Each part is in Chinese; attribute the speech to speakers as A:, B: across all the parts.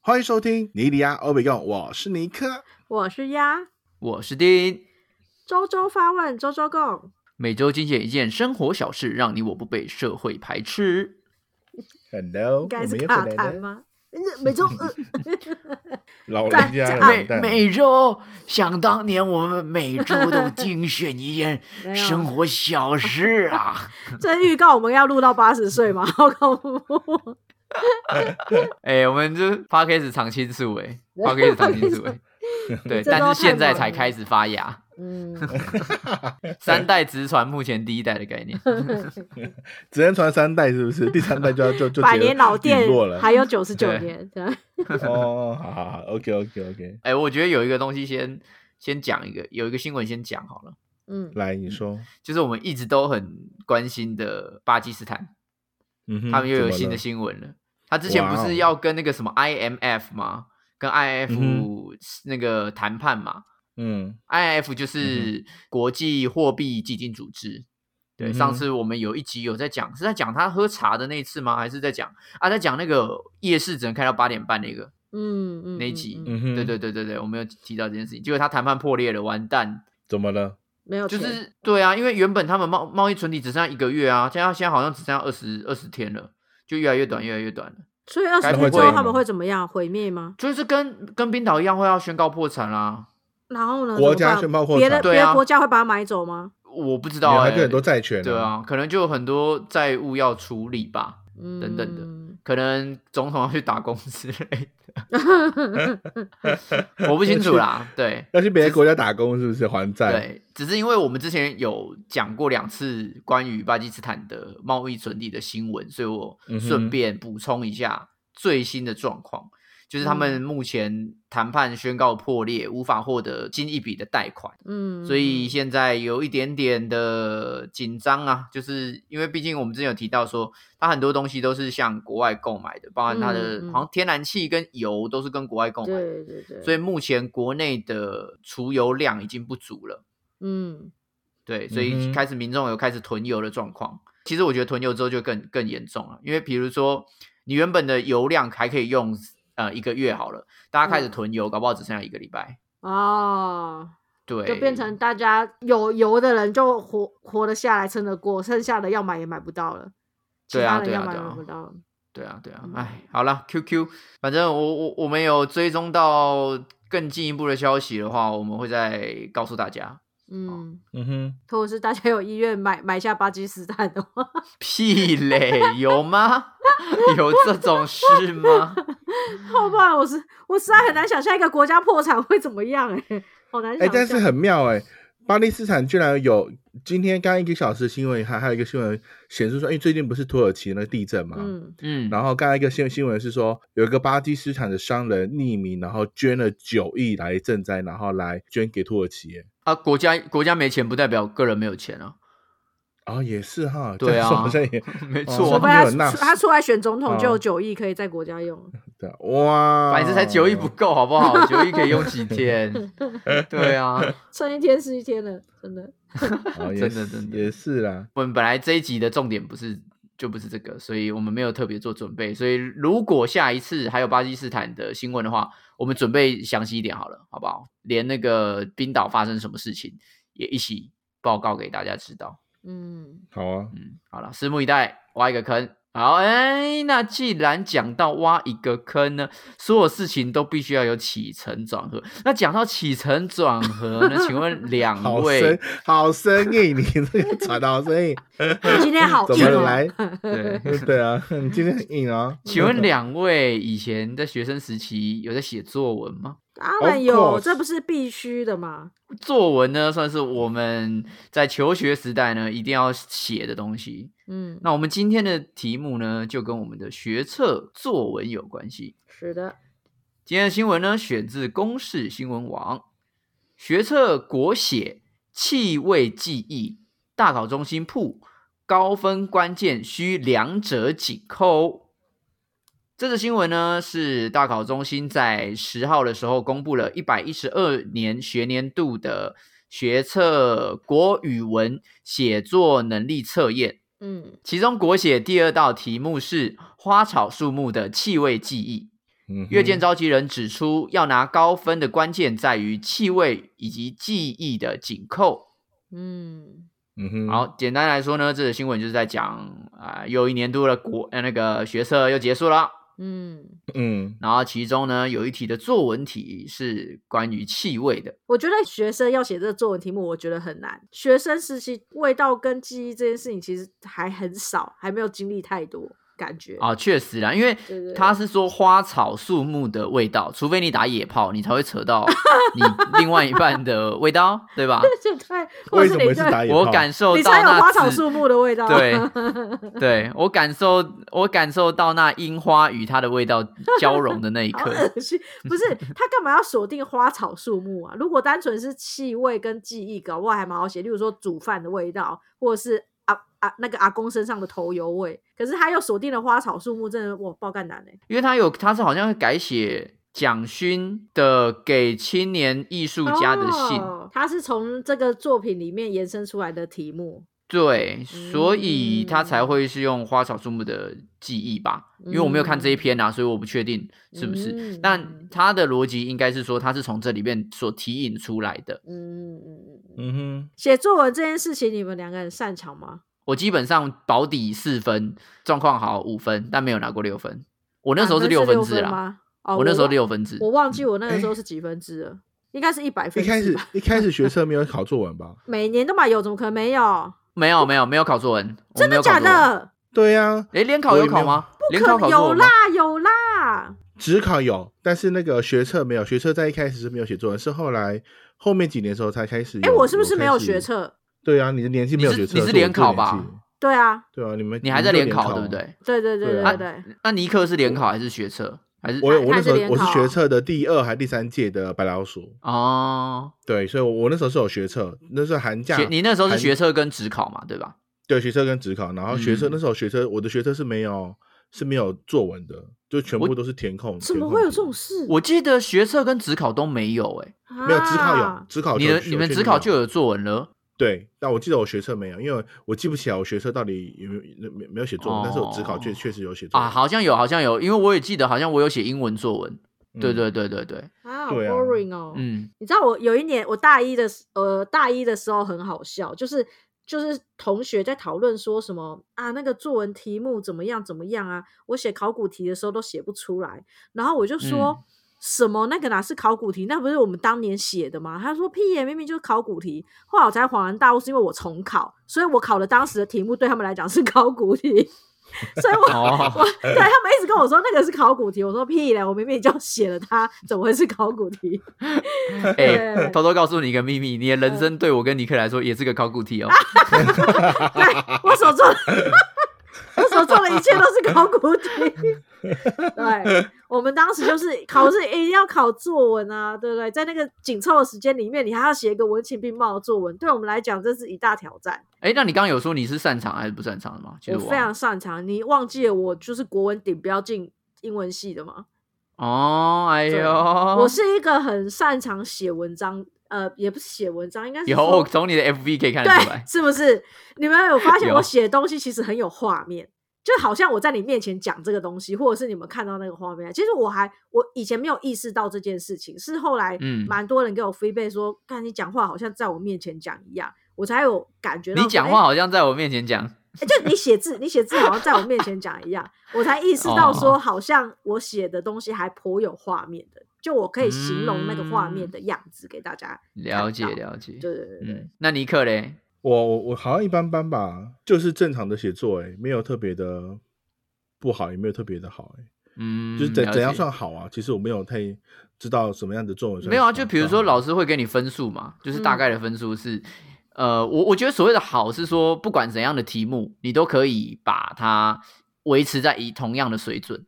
A: 欢迎收听尼迪亚欧比贡，我是尼克。
B: 我是鸭，
C: 我是丁，
B: 周周发问，周周共。
C: 每周精选一件生活小事，让你我不被社会排斥。
A: Hello，
B: 应
A: 我
B: 该是
A: 们又
B: 卡
A: 回来
B: 痰
A: 了。
B: 吗？那每 周呃
A: 老
B: 赞
A: 人家
B: 赞
A: 的冷淡，
C: 每周，想当年我们每周都精选一件
B: 没有
C: 生活小事 啊。
B: 呃这预告我们要录到八十岁吗？好恐怖！
C: 哎、我们这 podcast 常青树哎，podcast 常青树 哎，对，
B: 这都
C: 但是现在
B: 太
C: 才
B: 猛了
C: 开始发芽，
B: 嗯，
C: 三代直传目前第一代的概 念。
A: 只能传三代，是不 是？第三代就要就就
B: 百
A: 觉得
B: 年老店
A: 陨落了。
B: 还有九十九
C: 对
B: 年，这样
A: 哦，好好好，OK OK OK，
C: 哎、我觉得有一个东西先先讲一个，有一个新闻先讲好了，
B: 嗯，
A: 来，你说，
C: 就是我们一直都很关心的巴基斯坦。
A: 嗯哼，
C: 他们又有新的
A: 怎
C: 新闻了。他之前
A: 哇
C: 不
A: 哦
C: 是要跟那个什么 IMF 吗？跟
A: 嗯
C: IF 那个谈判嘛、
A: 么了，嗯
C: i f 就是国际货币基金组织。对，
A: 嗯哼
C: 上次我们有一集有在讲，是在讲他喝茶的那一次吗？还是在讲啊，在讲那个夜市只能开到八点半那个？
B: 嗯嗯
C: 那一
B: 嗯
C: 集
B: 嗯
A: 嗯哼，
C: 对对，对对对，我们有提到这件事情。结果他谈判破裂了，完蛋！
A: 怎么了？
B: 没有
C: 就
B: 钱，
C: 是对啊，因为原本他们贸贸易存底只剩下一个月啊，现在现在好像只剩下二十二十天了，就越来越短，
A: 嗯
C: 越来越短了。
B: 所以二十
C: 该
B: 天
C: 不
B: 之后
C: 会
B: 他们会怎么样？毁灭吗？
C: 就是跟跟冰岛一样，会要宣告破产啊啦、
B: 然后呢？
A: 国
B: 怎么
A: 家
B: 办
A: 宣布破
B: 别
A: 产
B: 的
C: 对
B: 别
C: 啊
B: 的国家会把它买走吗？
C: 我不知
A: 因
C: 道、
A: 为
C: 欸，
A: 他就很多债权，
C: 对，啊，可能就有很多债务要处理吧，
B: 嗯，
C: 等等的可能总统要去打工之类的，我不清楚 啦。对
A: 要去别的国家打工，是不是还债？
C: 对，只是因为我们之前有讲过两次关于巴基斯坦的贸易存底的新闻，所以我
A: 嗯哼
C: 顺便补充一下最新的状况。就是他
A: 嗯
C: 们目前谈判宣告破裂，无法获得新一笔的贷款。
B: 嗯，
C: 所以现在有一点点的紧张啊，就是因为毕竟我们之前有提到说，它很多东西都是向国外购买的，包含它的、
B: 嗯嗯
C: 好像天然气跟油都是跟国外购买的，
B: 对对对，
C: 所
B: 以
C: 以目前国内的储油量已经不足了，
B: 嗯
C: 对，所
A: 嗯
C: 以
A: 哼
C: 开始民众有开始囤油的状况。其实我觉得囤油之后就更更严重了，因为比如说你原本的油量还可以用呃一个月好了，大家开始
B: 嗯
C: 囤油，搞不好只剩下一个礼拜，
B: 哦，
C: 对，
B: 就变成大家有油的人就活活得下来，撑得过，剩下的要买也买不到了，其
C: 对啊
B: 他人
C: 对啊
B: 要买也
C: 对啊
B: 买不到了。
C: 对啊，对啊
B: 嗯，
C: 哎，好了，QQ，反正我我我们有追踪到更进一步的消息的话，我们会再告诉大家。
B: 嗯，
A: 嗯哼，
B: 或者是大家有意愿买买下巴基斯坦 的话，
C: 屁嘞，有吗？ 有这种事吗？
B: 好不然我是我实在很难想象一个国家破产会怎么样哎、好难
A: 哎
B: 想，
A: 但是
B: 象
A: 很妙哎，巴基斯坦居然有今天刚刚一个小时新闻，还还有一个新闻显示说，因哎为最近不是土耳其那个地震嘛，
B: 嗯
C: 嗯，
A: 然后刚才一个新新闻是说，有一个巴基斯坦的商人匿名，然后捐了九亿来赈灾，然后来捐给土耳其耶。
C: 啊，国家国家没钱不代表个人没有钱啊，
A: 哦，也是哈，
C: 对啊
A: 这样说好像也
C: 没错
A: 哦
B: 除
A: 我
B: 非
C: 啊，
A: 们
B: 他
A: 有
B: 出
A: 纳
B: 他出来选总统就
A: 哦
B: 有九亿可以在国家用，
A: 对啊哇，
C: 反正才九亿不够，好不好？九亿可以用几 天？对啊，
B: 撑一天是一天了，真的。
A: 哦，也
C: 真
A: 是
C: 的真的
A: 也是啦。
C: 我们本来这一集的重点不是就不是这个，所以我们没有特别做准备。所以如果下一次还有巴基斯坦的新闻的话，我们准备详细一点好了，好不好？连那个冰岛发生什么事情也一起报告给大家知道。
B: 嗯，
A: 好啊，
C: 嗯，好了，拭目以待，挖一个坑。好，哎，那既然讲到挖一个坑呢，所有事情都必须要有起承转合。那讲到起承转合呢，请问两
A: 好
C: 位
A: 生好生硬，你 这个传的好生硬，
B: 你今天好
A: 怎
B: 硬
A: 么
B: 哦，
A: 来？
C: 对
A: 对啊，你今天很硬啊。
C: 请问两位以前在学生时期有在写作文吗？
B: 当
A: Of
B: 然有，
A: course
B: 这不是必须的嘛？
C: 作文呢，算是我们在求学时代呢一定要写的东西。
B: 嗯，
C: 那我们今天的题目呢，就跟我们的学测作文有关系。
B: 是的，
C: 今天的新闻呢，选自公视新闻网，学测国写气味记忆，大考中心铺高分关键需两者紧扣。这个新闻呢，是大考中心在十号的时候公布了一百一十二年学年度的学测国语文写作能力测验。
B: 嗯
C: 其中国写第二道题目是花草树木的气味记忆，
A: 嗯哼
C: 阅卷召集人指出，要拿高分的关键在于气味以及记忆的紧扣。
B: 嗯，
A: 嗯哼，
C: 好，简单来说呢，这则新闻就是在讲啊、又一年度的国呃那个学测又结束了。
B: 嗯，
A: 嗯
C: 然后其中呢有一题的作文题是关于气味的，
B: 我觉得学生要写这个作文题目，我觉得很难。学生时期味道跟记忆这件事情，其实还很少，还没有经历太多，感觉。
C: 啊，确实啦，因为
B: 对对
C: 他是说花草树木的味道，除非你打野炮，你才会扯到你另外一半的味道，对 吧？
B: 就对，或
A: 为
B: 者是
A: 什
B: 你
A: 么是
B: 对，
A: 打野炮？
C: 我感受
B: 你
C: 到
B: 才有
C: 那
B: 花草
C: 紫
B: 树木的味 道。啊
C: 对对，我感受我感受到那樱花与它的味道交融的那一
B: 好
C: 刻，
B: 恶心！不是他干嘛要锁定花草树木啊？如果单纯是气味跟记忆，搞不好还蛮好写。例如说煮饭的味道，或者是阿阿那个阿公身上的头油味。可是他又锁定了花草树木，真的我爆干难哎、
C: 因为它有它是好像会改写蒋勋的给青年艺术家的信，
B: 哦他是从这个作品里面延伸出来的题目。
C: 对，所以他才
B: 嗯
C: 会是用花草树木的记忆吧，因为我没有看这一
B: 嗯
C: 篇啊，所以我不确定是不是。
B: 嗯嗯
C: 但他的逻辑应该是说，他是从这里面所提引出来的。
B: 嗯嗯嗯嗯，
A: 嗯哼，
B: 写作文这件事情，你们两个很擅长吗？
C: 我基本上保底四分，状况好五分，但没有拿过六分。我
B: 我
C: 那时候是
B: 啊六
C: 分制
B: 分
C: 啦，
B: 吗？哦，
C: 我那时候
B: 忘
C: 六分制。
B: 我忘记我那个
A: 哎
B: 时候是几分制了，应该是一百
A: 一
B: 分制吧。
A: 开始一开始学测没有考作文吧？
B: 每年都嘛有，怎么可能没有？
C: 没有没有没有考作文，我
B: 真
C: 没
B: 的
C: 有
B: 假
C: 考作文？
B: 的？
A: 对啊呀，
C: 诶，联考
A: 我
C: 有
A: 也没
C: 考
A: 有
C: 吗？联
B: 可
C: 考考作
B: 有
C: 文吗
B: 啦？有啦，
A: 只考有，但是那个学测没有，学测在一开始是没有写作文，是后来后面几年的时候才开始有。
B: 哎、我是不是没有
A: 开始
B: 学？测？
A: 对啊，你的年纪没有
C: 你是
A: 学测，
C: 你是
A: 我
C: 联考吧
A: 这个年纪？
B: 对啊，
A: 对啊，你们
C: 你还
A: 们
C: 在
A: 就
C: 联
A: 考
C: 考对不
A: 啊？
C: 对？
B: 对对对
A: 对
B: 对
A: 啊
B: 对，
C: 那尼克是联考还是学测？还是
A: 我有我那
B: 还是
A: 时候
B: 联
A: 我是
B: 考啊
A: 学测的第二还第三届的白老鼠，
C: 哦，
A: 对，所以我我那时候是有学测，那时候寒假
C: 学你那时候是
A: 寒
C: 学测跟职考嘛，对吧？
A: 对学测跟职考，然后学测、
C: 嗯
A: 那时候学测我的学测是没有是没有作文的，就全部都是填空。
B: 怎
A: 填
B: 么
A: 空
B: 会有
A: 题
B: 这种事？
C: 我记得学测跟职考都没有哎、
A: 没有职考有
B: 啊，
A: 职考
C: 你
A: 就
C: 的
A: 有啊
C: 你们
A: 确
C: 职
A: 定
C: 考
A: 有
C: 就有作文了
A: 对，但我记得我学测没有，因为我记不起来我学测到底有没有没没有写作文，但是我职考确
C: 哦
A: 确实有写作文
C: 啊，，好像有，好像有，因为我也记得好像我有写英文作文。
A: 嗯
C: 对对对对对，
B: 啊，好
A: 对啊
B: boring 哦。
C: 嗯，
B: 你知道我有一年我大一的时呃大一的时候很好笑，就是就是同学在讨论说什么啊那个作文题目怎么样怎么样啊，我写考古题的时候都写不出来，然后我就说。
C: 嗯
B: 什么？那个哪是考古题？那不是我们当年写的吗？他说屁耶、明明就是考古题。后来我才恍然大悟，是因为我重考，所以我考的当时的题目对他们来讲是考古题，所以我、
C: 哦
B: 我对他们一直跟我说那个是考古题，我说屁嘞，我明明就写了它，怎么会是考古题？
C: 哎、
B: 对嗯
C: 偷偷告诉你一个秘密，你的人生对我跟尼克来说也是个考古题 哦。
B: 对我所做的，我所做的一切都是考古题。对，我们当时就是考试一定要考作文啊，对不对？在那个紧凑的时间里面，你还要写一个文情并茂的作文，对我们来讲这是一大挑战。
C: 哎、那你刚刚有说你是擅长还是不擅长的吗？其实
B: 我
C: 忘
B: 非
C: 了
B: 常擅长，你忘记了我就是国文顶标进英文系的吗？
C: 哦，哎
B: 对
C: 呦，
B: 我是一个很擅长写文章，呃，也不是写文章，应该是
C: 有
B: 说
C: 我从你的 FV 可以看得出
B: 对
C: 来，，
B: 是不是？你们有发现
C: 有
B: 我写的东西其实很有画面，就好像我在你面前讲这个东西，或者是你们看到那个画面。其实我还我以前没有意识到这件事情，是后来
C: 嗯
B: 蛮多人给我 feedback 说，看、你讲话好像在我面前讲一样，我才有感觉到
C: 你
B: 说
C: 讲
B: 诶
C: 话好像在我面前讲，
B: 欸就你写字，你写字好像在我面前讲一样，我才意识到说，
C: 哦
B: 好像我写的东西还颇有画面的，就我可以形容那个画
C: 嗯
B: 面的样子给大家。
C: 了解
B: 看到
C: 了解。
B: 对对对对对，
C: 嗯，那尼克嘞？
A: 我我我好像一般般吧，就是正常的写作、欸，没有特别的不好，也没有特别的好、欸，
C: 嗯，
A: 就是怎
C: 了
A: 怎样
C: 解
A: 算好啊？其实我没有太知道什么样的作文算
C: 没有啊，
A: 是嗯
C: 就比如说
A: 算好
C: 老师会给你分数嘛，就是大
B: 嗯
C: 概的分数是，呃，我我觉得所谓的好是说，不管怎样的题目，你都可以把它维持在以同样的水准，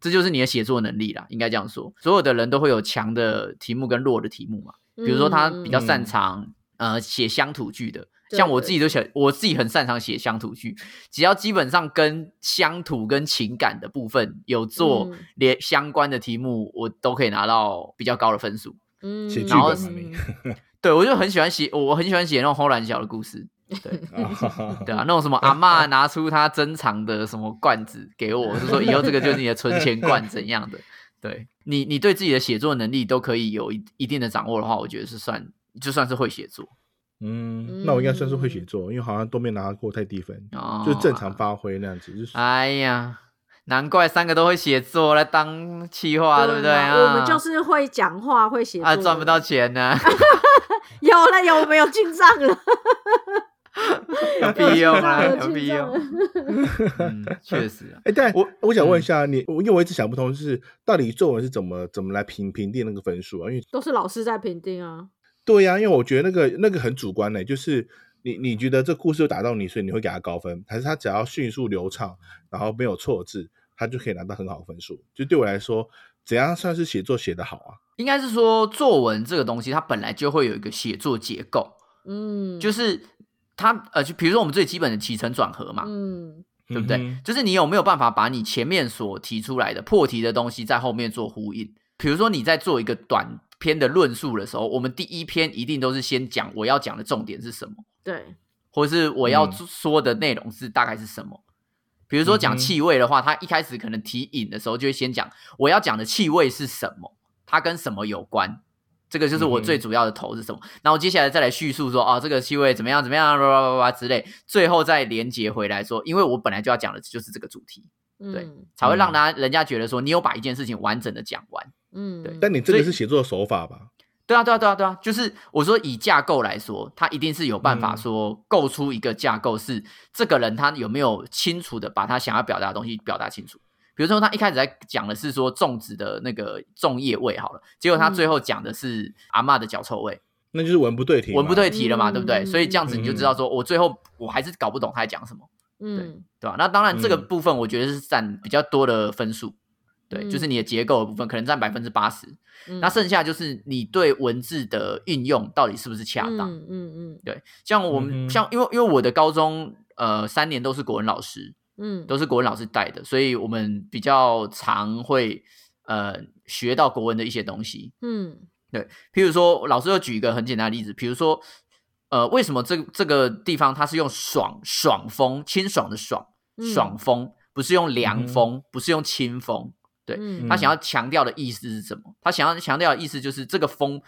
C: 这就是你的写作能力啦，应该这样说。所有的人都会有强的题目跟弱的题目嘛，比如说他比较擅
A: 嗯
C: 长、呃写乡土剧的。
B: 对
C: 像我
B: 对
C: 自己都写，我自己很擅长写乡土剧，只要基本上跟乡土跟情感的部分有做
B: 嗯
C: 连相关的题目，我都可以拿到比较高的分数。
B: 嗯
A: 写剧
C: 本
A: 嘛你
C: 对，我就很喜欢写，我很喜欢写那种偷懒小的故事，
A: 啊
C: 对啊，那种什么阿嬷拿出她珍藏的什么罐子给我，就说以后这个就是你的存钱罐怎样的，对你，你对自己的写作能力都可以有一一定的掌握的话，我觉得是算就算是会写作
A: 嗯，那我应该算是会写作，因为好像都没拿过太低分，
C: 哦，
A: 就正常。发挥那样子。就是
C: 哎呀，难怪三个都会写作来当企划，对不对啊？
B: 我们就是会讲话，会写
C: 啊，
B: 作
C: 赚不
B: 的
C: 到钱啊呢、
B: 有了有，我们有啊进账了，
C: 有必要 吗？
B: 有
C: 有必
B: 进
C: 要
B: 账。了。
C: 嗯，确实啊。
A: 哎，但
C: 我
A: 我我想问一下你，我因为我一直想不通，就是到底作文是怎么怎么来评评定那个分数啊？因为
B: 都是老师在评定啊。
A: 对呀、因为我觉得那个那个很主观的、就是你你觉得这故事有打动你，所以你会给他高分，还是他只要迅速流畅，然后没有错字，他就可以拿到很好的分数？就对我来说，怎样算是写作写得好啊？
C: 应该是说，作文这个东西，它本来就会有一个写作结构，
B: 嗯，
C: 就是是它呃，就比如说我们最基本的起承转合嘛，
B: 嗯
C: 对不对？
A: 嗯哼
C: 就是你有没有办法把你前面所提出来的破题的东西在后面做呼应？比如说你在做一个短篇的论述的时候，我们第一篇一定都是先讲我要讲的重点是什么，
B: 对，
C: 或者是我要
A: 嗯
C: 说的内容是大概是什么。比如说
A: 嗯
C: 讲
A: 哼
C: 气味的话，他一开始可能提引的时候就会先讲我要讲的气味是什么，它跟什么有关。这个就是我
A: 嗯哼
C: 最主要的头是什么，然后接下来再来叙述说啊，这个气味怎么样怎么样，叭叭叭叭之类，最后再连接回来说，因为我本来就要讲的就是这个主题，
B: 嗯
C: 才会让大家人家觉得说你有把一件事情完整的讲完。
B: 嗯，
C: 对
A: 但你这
C: 所以
A: 个是写作手法吧？
C: 对啊，对啊，对啊，对啊，就是我说以架构来说，他一定是有办法
A: 嗯
C: 说构出一个架构是，这个人他有没有清楚的把他想要表达的东西表达清楚。比如说他一开始在讲的是说粽子的那个粽叶味好了，结果他
B: 嗯
C: 最后讲的是阿嬷的脚臭味，
A: 那就是文不对题嘛，
C: 文不对题了嘛，
B: 嗯
C: 对不对？所以这样子你就知道
A: 嗯
C: 说我最后我还是搞不懂他在讲什么。
B: 嗯
C: 对吧、那当然，这个
A: 嗯
C: 部分我觉得是占比较多的分数，对，就是
B: 嗯
C: 你的结构的部分可能占百分之八十，
B: 嗯，
C: 那剩下就是你对文字的运用到底是不是恰当。
B: 嗯嗯
C: 对，像我们、
A: 嗯哼
C: 像因为因为我的高中呃三年都是国文老师，
B: 嗯嗯，
C: 都是国文老师带的，所以我们比较常会呃学到国文的一些东西。
B: 嗯
C: 譬如说，老师又举一个很简单的例子，比如说，呃，为什么这这个地方它是用爽爽风清爽的爽
B: 嗯
C: 爽风，不是用
A: 嗯
C: 凉
A: 哼
C: 风，不是用清风？对
B: 嗯
C: 他想要强调的意思是什么？他想要强调的意思就是这个风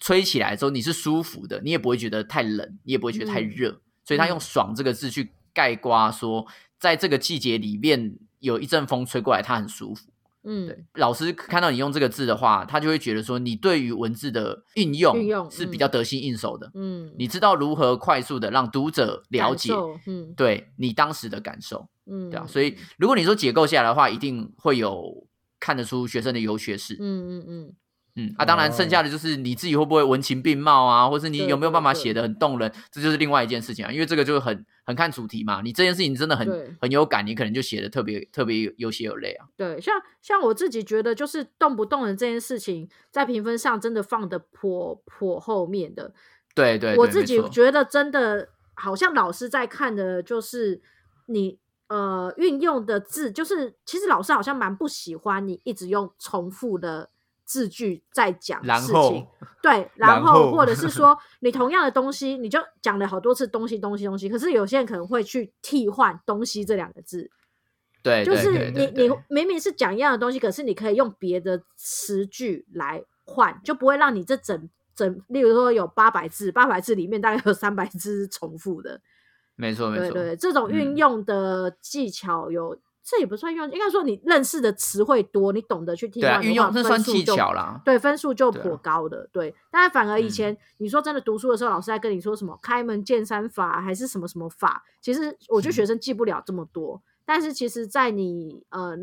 C: 吹起来之后你是舒服的，你也不会觉得太冷，你也不会觉得太
B: 嗯
C: 热，所以他用“
B: 嗯
C: 爽”这个字去盖刮说，在这个季节里面有一阵风吹过来，它很舒服。
B: 嗯
C: 对，老师看到你用这个字的话，他就会觉得说你对于文字的运用
B: 运用
C: 是
B: 嗯
C: 比较得心应手的，
B: 嗯，
C: 你知道如何快速的让读者了
B: 感
C: 解
B: 受嗯
C: 对你当时的感受，
B: 嗯，
C: 对啊，所以如果你说解构下来的话，一定会有看得出学生的优缺是，
B: 嗯嗯嗯
C: 嗯啊，当然剩下的就是你自己会不会文情并茂啊，或是你
B: 对
C: 有没有办法
B: 对对
C: 写的很动人，这就是另外一件事情啊，因为这个就很很看主题嘛，你这件事情真的
B: 对
C: 很很有感，你可能就写的特别特别有血有泪啊，
B: 对，像像我自己觉得，就是动不动的这件事情，在评分上真的放的颇颇后面的，
C: 对对，
B: 我
C: 对
B: 自
C: 没
B: 己
C: 错
B: 觉得真的好像老师在看的，就是你呃运用的字，就是其实老师好像蛮不喜欢你一直用重复的字句在讲
C: 然
B: 事情
C: 后。
B: 对，然
C: 然后
B: 后或者 是说你同样的东西，你就讲了好多次东西东西东西，可是有些人可能会去替换“东西”这两个字，
C: 对，
B: 就
C: 对
B: 是
C: 对
B: 你
C: 对
B: 你
C: 对
B: 明明是讲一样的东西，可是你可以用别的词句来换，就不会让你这整整，例如说有八百字，八百字里面大概有三百字是重复的，
C: 没错没
B: 对
C: 错，
B: 对，这种运
C: 嗯
B: 用的技巧有，这也不算用，应该说你认识的词汇多，你懂得去替
C: 对
B: 换
C: 啊，
B: 的
C: 运
B: 话
C: 用这
B: 分
C: 算
B: 数
C: 技
B: 就
C: 巧啦。
B: 对，分数就
C: 对啊
B: 颇高的。对，但反而以
C: 嗯
B: 前、你说真的读书的时候，老师在跟你说什么开门见山法还是什么什么法，其实我觉得
C: 嗯
B: 学生记不了这么多。但是其实，在你呃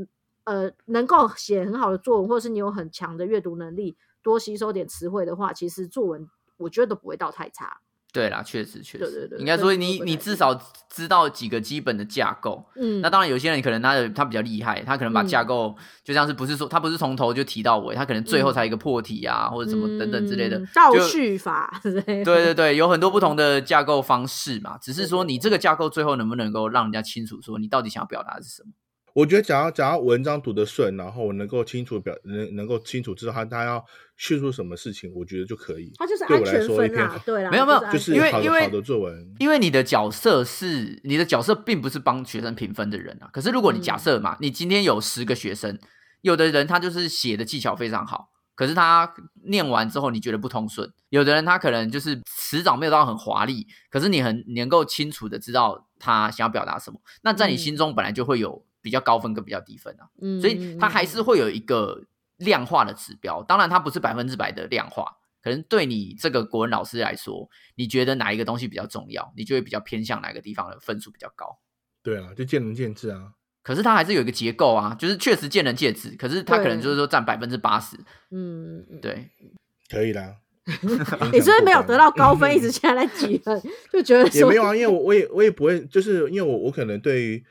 B: 呃能够写很好的作文，或者是你有很强的阅读能力，多吸收点词汇的话，其实作文我觉得不会到太差。
C: 对啦，确实确
B: 对对
C: 实
B: 对，
C: 应该
B: 分
C: 说
B: 数
C: 你
B: 不
C: 你
B: 太
C: 至
B: 一
C: 少知道几个基本的架构。
B: 嗯，
C: 那当然，有些人可能他的他比较厉害，他可能把架
B: 嗯
C: 构就像是不是说他不是从头就提到尾，他可能最后
B: 嗯
C: 才一个破题啊，或者什么等等之类的
B: 嗯。倒
C: 就
B: 叙法之类的。
C: 对对对，有很多不同的架构方式嘛，只
B: 对
C: 是说
B: 对
C: 你这个架构最后能不能够让人家清楚说你到底想要表达的是什么。
A: 我觉得只要只要文章读得顺，然后我能够清楚表能能够清楚知道他他要叙述什么事情，我觉得就可以。
B: 它就是
A: 对
B: 安
A: 我来
B: 全
A: 说也
B: 分
A: 偏
B: 啦
A: 好，，
B: 对啦，
C: 没有没有
B: 安
A: 就是
B: 全
C: 因为
A: 好
C: 因
A: 的
C: 为
A: 好的作文。
C: 因为你的角色是你的角色，并不是帮学生评分的人啊。可是如果你假
B: 嗯
C: 设嘛，你今天有十个学生，有的人他就是写的技巧非常好，可是他念完之后你觉得不通顺；有的人他可能就是词藻没有到很华丽，可是你很你能够清楚的知道他想要表达什么。那在你心中本来就会有比较高分跟比较低分啊，
B: 嗯，
C: 所以它还是会有一个量化的指标。当然，它不是百分之百的量化，可能对你这个国文老师来说，你觉得哪一个东西比较重要，你就会比较偏向哪个地方的分数比较高。
A: 对啊，就见仁见智啊。
C: 可是它还是有一个结构啊，就是确实见仁见智，可是它可能
B: 对
C: 就是说占百分之八十，
B: 嗯，嗯
C: 对，
A: 可以啦。
B: 你是不是没有得到 高分，一直现在在记恨， 就觉得
A: 也
B: 说
A: 没有啊，因为我我也我也不会，就是因为我我可能对于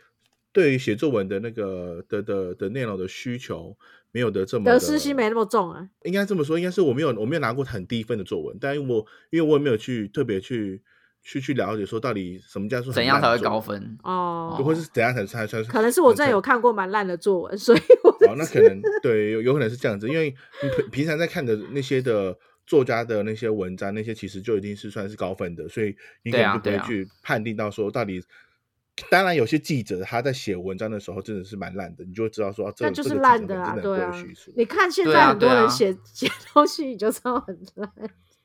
A: 对于写作文的那个的的的内容的需求没有的这么
B: 得
A: 的
B: 失心没那么重啊。
A: 应该这么说，应该是我没有我没有拿过很低分的作文，但因为我因为我也没有去特别去去去了解说到底什么叫做很
C: 怎样
A: 烂
C: 才
A: 的
C: 会
A: 作文
C: 高，分？
A: 对
B: 哦，
A: 或是怎样才才才
B: 可能是我真的有看过蛮烂的作文，所以我
A: 哦，那可能对，有有可能是这样子，因为你平平常在看的那些的作家的那些文章，那些其实就一定是算是高分的，所以你可
C: 对啊
A: 能就不
C: 对
A: 会
C: 啊
A: 去判定到说到底。当然，有些记者他在写文章的时候真的是蛮烂的，你就会知道说、 啊、这
B: 那
A: 个
B: 就是
A: 这个
B: 烂
A: 记者
B: 的
A: 可
B: 啊
A: 能，真
B: 对
A: 的
B: 啊
A: 很不会叙述。
B: 你看现
C: 对
B: 在
C: 啊
B: 很多
C: 对啊
B: 人写 写东西，你就知道很 烂。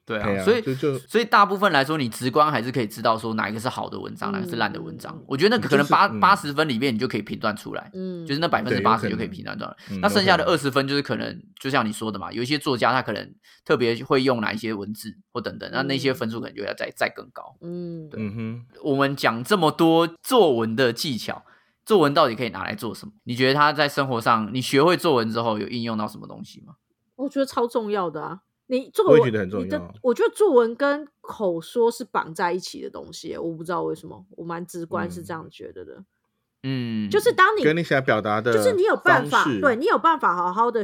C: 对
A: 对
C: 啊，
A: 啊
C: 所以
A: 就就
C: 所以大部分来说，你直观还是可以知道说哪一个是好的文章，哪个是烂的文章
B: 嗯。
C: 我觉得那
A: 就
C: 可能
A: 是
C: 八
A: 嗯
C: 八十分里面你就可以评断出来，
B: 嗯，
C: 就是那百分之
A: 对有
C: 八
A: 可
C: 十就可以
A: 能
C: 评断出来。
A: 嗯
C: 那剩下的二
A: 有可
C: 十分就是可能，就像你说的嘛，有一些作家他可能特别会用哪一些文字或等等，那那些
B: 嗯
C: 分数可能就要再再更高。
B: 嗯，
C: 对
A: 能嗯
C: 我们讲这么多作文的技巧，作文到底可以拿来做什么？你觉得他在生活上，你学会作文之后有应用到什么东西吗？
B: 我觉得超重要的啊。你作
A: 我
B: 文
A: 也觉得很重
B: 你的
A: 要
B: 我觉得作文跟口说是绑在一起的东西耶，我不知道为什么，我蛮直观是这
A: 嗯
B: 样觉得的。
C: 嗯，
B: 就是当
A: 哼，
B: 你
A: 跟你想表达的，
B: 就是你有办法，对，你有办法好好的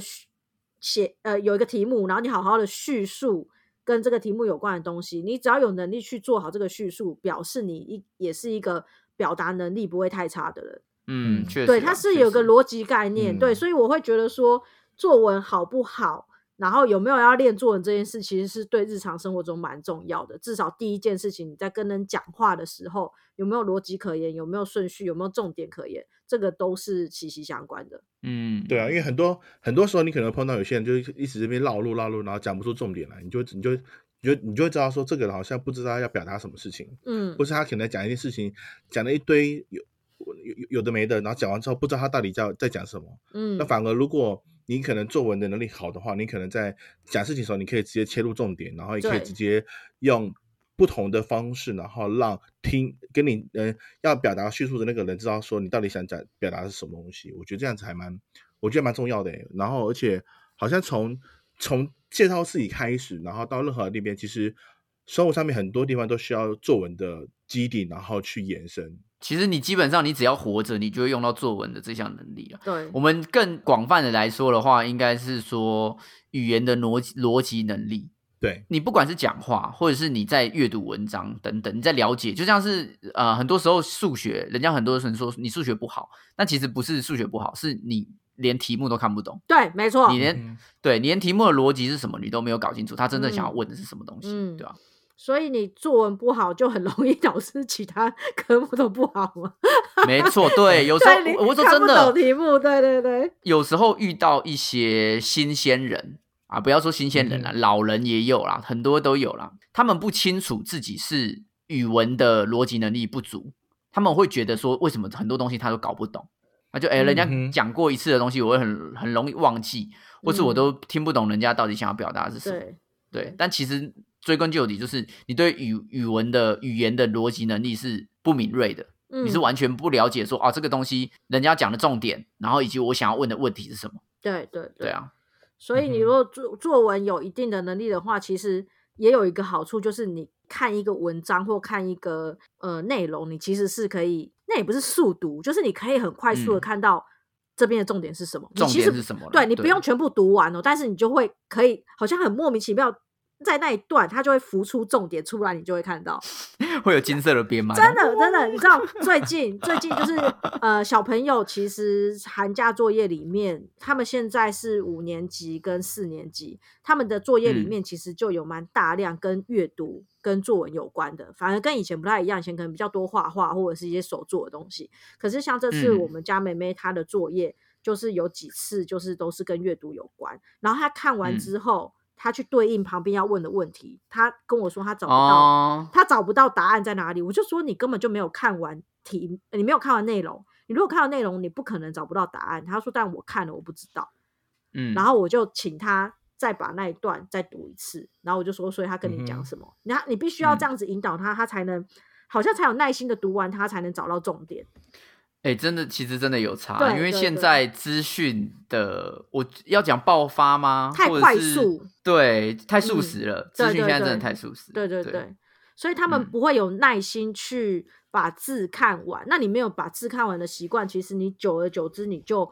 B: 写呃有一个题目，然后你好好的叙述跟这个题目有关的东西，你只要有能力去做好这个叙述，表示你一也是一个表达能力不会太差的人。
C: 嗯，确实啊，
B: 对，它是
C: 确
B: 有个
C: 实
B: 逻辑概念，对，
A: 嗯
B: 所以我会觉得说作文好不好，然后有没有要练作文这件事，其实是对日常生活中蛮重要的。至少第一件事情，你在跟人讲话的时候，有没有逻辑可言，有没有顺序，有没有重点可言，这个都是息息相关的。
C: 嗯，
A: 对啊，因为很多很多时候你可能碰到有些人就是一直这边绕路绕路，然后讲不出重点来，你就你就你就你就会知道说这个人好像不知道要表达什么事情，
B: 嗯
A: 或，是他可能讲一件事情，讲了一堆有有有有的没的，然后讲完之后不知道他到底在在讲什么。
B: 嗯，
A: 那反而如果你可能作文的能力好的话，你可能在讲事情的时候，你可以直接切入重点，然后也可以
B: 对
A: 直接用不同的方式，然后让听跟你嗯、呃、要表达叙述的那个人知道说你到底想讲表达的是什么东西。我觉得这样子还蛮，我觉得蛮重要的欸。然后而且好像从从介绍自己开始，然后到任何那边，其实生活上面很多地方都需要作文的基底，然后去延伸。
C: 其实你基本上你只要活着，你就会用到作文的这项能力了。啊
B: 对
C: 我，们更广泛的来说的话，应该是说语言的逻辑逻辑能力。
A: 对，
C: 你不管是讲话，或者是你在阅读文章等等，你在了解，就像是呃，很多时候数学，人家很多人说你数学不好，但其实不是数学不好，是你连题目都看不懂，
B: 对，没错
C: 你。连、对你连题目的逻辑是什么你都没有搞清楚，他真正想要
B: 嗯
C: 问的是什么东西，
B: 嗯
C: 对吧、
B: 所以你作文不好，就很容易导致其他 科目都不好嘛。
C: 没错， 对，有时候
B: 对，你
C: 我我说
B: 看
C: 真
B: 不
C: 的，
B: 懂题目，对对对，
C: 有时候遇到一些新鲜人啊，不要说新鲜人啦，老人也有啦，很多都有啦。他们不清楚自己是语文的逻辑能力不足，他们会觉得说，为什么很多东西他都搞不懂？那就哎、诶人
A: 嗯
C: 家
A: 哼
C: 讲过一次的东西，我会很很容易忘记，或是我
B: 嗯
C: 都听不懂人家到底想要表达的是什么。
B: 对，
C: 对，但其实追根究底，就是你对语语文的语言的逻辑能力是不敏锐的。
B: 嗯，
C: 你是完全不了解说啊这个东西人家讲的重点，然后以及我想要问的问题是什么？
B: 对对对
C: 对啊，
B: 所以你
A: 嗯哼
B: 如果作作文有一定的能力的话，其实也有一个好处，就是你看一个文章或看一个呃内容，你其实是可以，那也不是速读，就是你可以很快速的
C: 嗯
B: 看到这边的重点是什么。你
C: 重
B: 其
C: 点
B: 实
C: 是什么啦？
B: 对你不用全部读完哦，但是你就会可以好像很莫名其妙。在那一段，它就会浮出重点出来，你就会看到，
C: 会有金色的边吗？
B: 真的真的，你知道最近最近就是呃，小朋友其实寒假作业里面，他们现在是五年级跟四年级，他们的作业里
C: 嗯
B: 面其实就有蛮大量跟阅读、跟作文有关的，反而跟以前不太一样，以前可能比较多画画或者是一些手做的东西。可是像这次
C: 嗯
B: 我们家妹妹她的作业，就是有几次就是都是跟阅读有关，然后他看完
C: 嗯
B: 之后，他去对应旁边要问的问题，他跟我说他找不到
C: 哦，
B: 他找不到答案在哪里，我就说你根本就没有看完题，你没有看完内容。你如果看完内容，你不可能找不到答案。他说，但我看了，我不知道。
C: 嗯，
B: 然后我就请他再把那一段再读一次，然后我就说，所以他跟你
A: 嗯
B: 讲
A: 哼
B: 什么？然后你必须要
C: 嗯
B: 这样子引导他，他才能好像才有耐心的读完，他才能找到重点。
C: 哎、真的，其实真的有差，
B: 对
C: 因为
B: 对
C: 现
B: 对
C: 在资讯的，我要讲爆发吗？
B: 太
C: 哦或者
B: 快
C: 是
B: 速，
C: 对，太
B: 嗯
C: 速食了，
B: 对
C: 资讯
B: 对
C: 现在真的
B: 对
C: 太速食，
B: 对对
C: 对
B: 对，所以他们
C: 嗯
B: 不会有耐心去把字看完。那你没有把字看完的习惯，其实你久而久之你就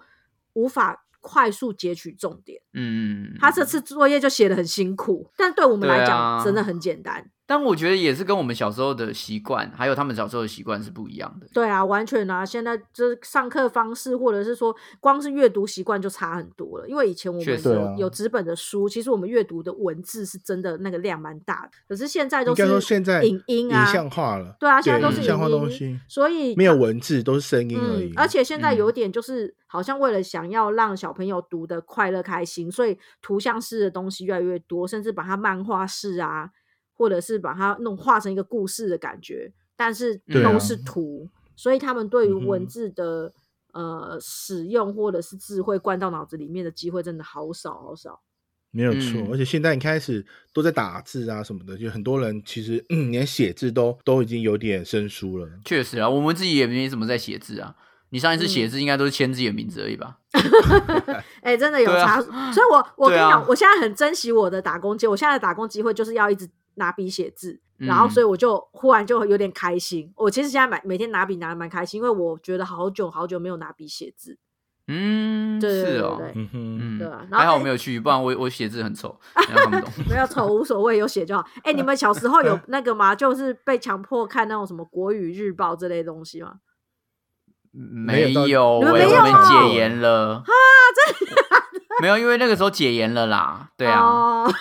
B: 无法快速截取重点。
C: 嗯，
B: 他这次作业就写的很辛苦，但对我们来
C: 对
B: 讲
C: 啊
B: 真的很简单。
C: 但我觉得也是跟我们小时候的习惯，还有他们小时候的习惯是不一样的。
B: 对啊，完全啊！现在就是上课方式，或者是说光是阅读习惯就差很多了。因为以前我
C: 确
B: 们
C: 实
B: 有、
A: 对啊
B: 有纸本的书，其实我们阅读的文字是真的那个量蛮大的。可是现在都
A: 应
B: 是
A: 该说现在
B: 影音啊，
A: 影像化了，
B: 对啊，现在都
C: 对
B: 是
A: 影
B: 影
A: 像化
B: 音
A: 东西，
B: 所以
A: 没有
B: 它
A: 文字，都是声音而已
B: 嗯。，而且现在
C: 嗯
B: 有一点就是，好像为了想要让小朋友读的快乐开心，所以图像式的东西越来越多，甚至把它漫画式啊，或者是把它弄画成一个故事的感觉，但是
C: 对
B: 都
A: 啊
B: 是图，所以他们对于
A: 嗯哼
B: 文字的、呃使用或者是智慧灌到脑子里面的机会真的好少好少。
A: 没有错。
C: 嗯
A: 而且现在你开始都在打字啊什么的，就很多人其实、嗯、连写字都都已经有点生疏了。
C: 确实啊，我们自己也没怎么在写字啊。你上一次写
B: 嗯
C: 字应该都是签自己的名字而已吧？
B: 哎、真的有
C: 对
B: 差，
C: 啊
B: 所以我我跟
C: 对
B: 你
C: 啊
B: 讲，我现在很珍惜我的打工机会，我现在的打工机会就是要一直拿笔写字，然后
C: 嗯
B: 所以我就忽然就有点开心。我其实现在每每天拿笔拿的蛮开心，因为我觉得好久好久没有拿笔写字，
C: 嗯，
B: 对对
C: 是
B: 对
C: 哦，
B: 对对，
A: 嗯哼，
C: 嗯，
B: 对啊然后
C: 还好
B: 哎
C: 我没有去，不然我我写字很丑，人家看不懂。
B: 没有丑无所谓，有写就好。哎、你们小时候有那个吗？就是被强迫看那种什么国语日报之类的东西吗？
A: 有
C: 没
A: 到
C: 有，
B: 你们
C: 我
B: 没有
C: 我们
B: 啊
C: 解严了啊，真的 没有，因为那个时候解严了啦。对啊，
B: 哦，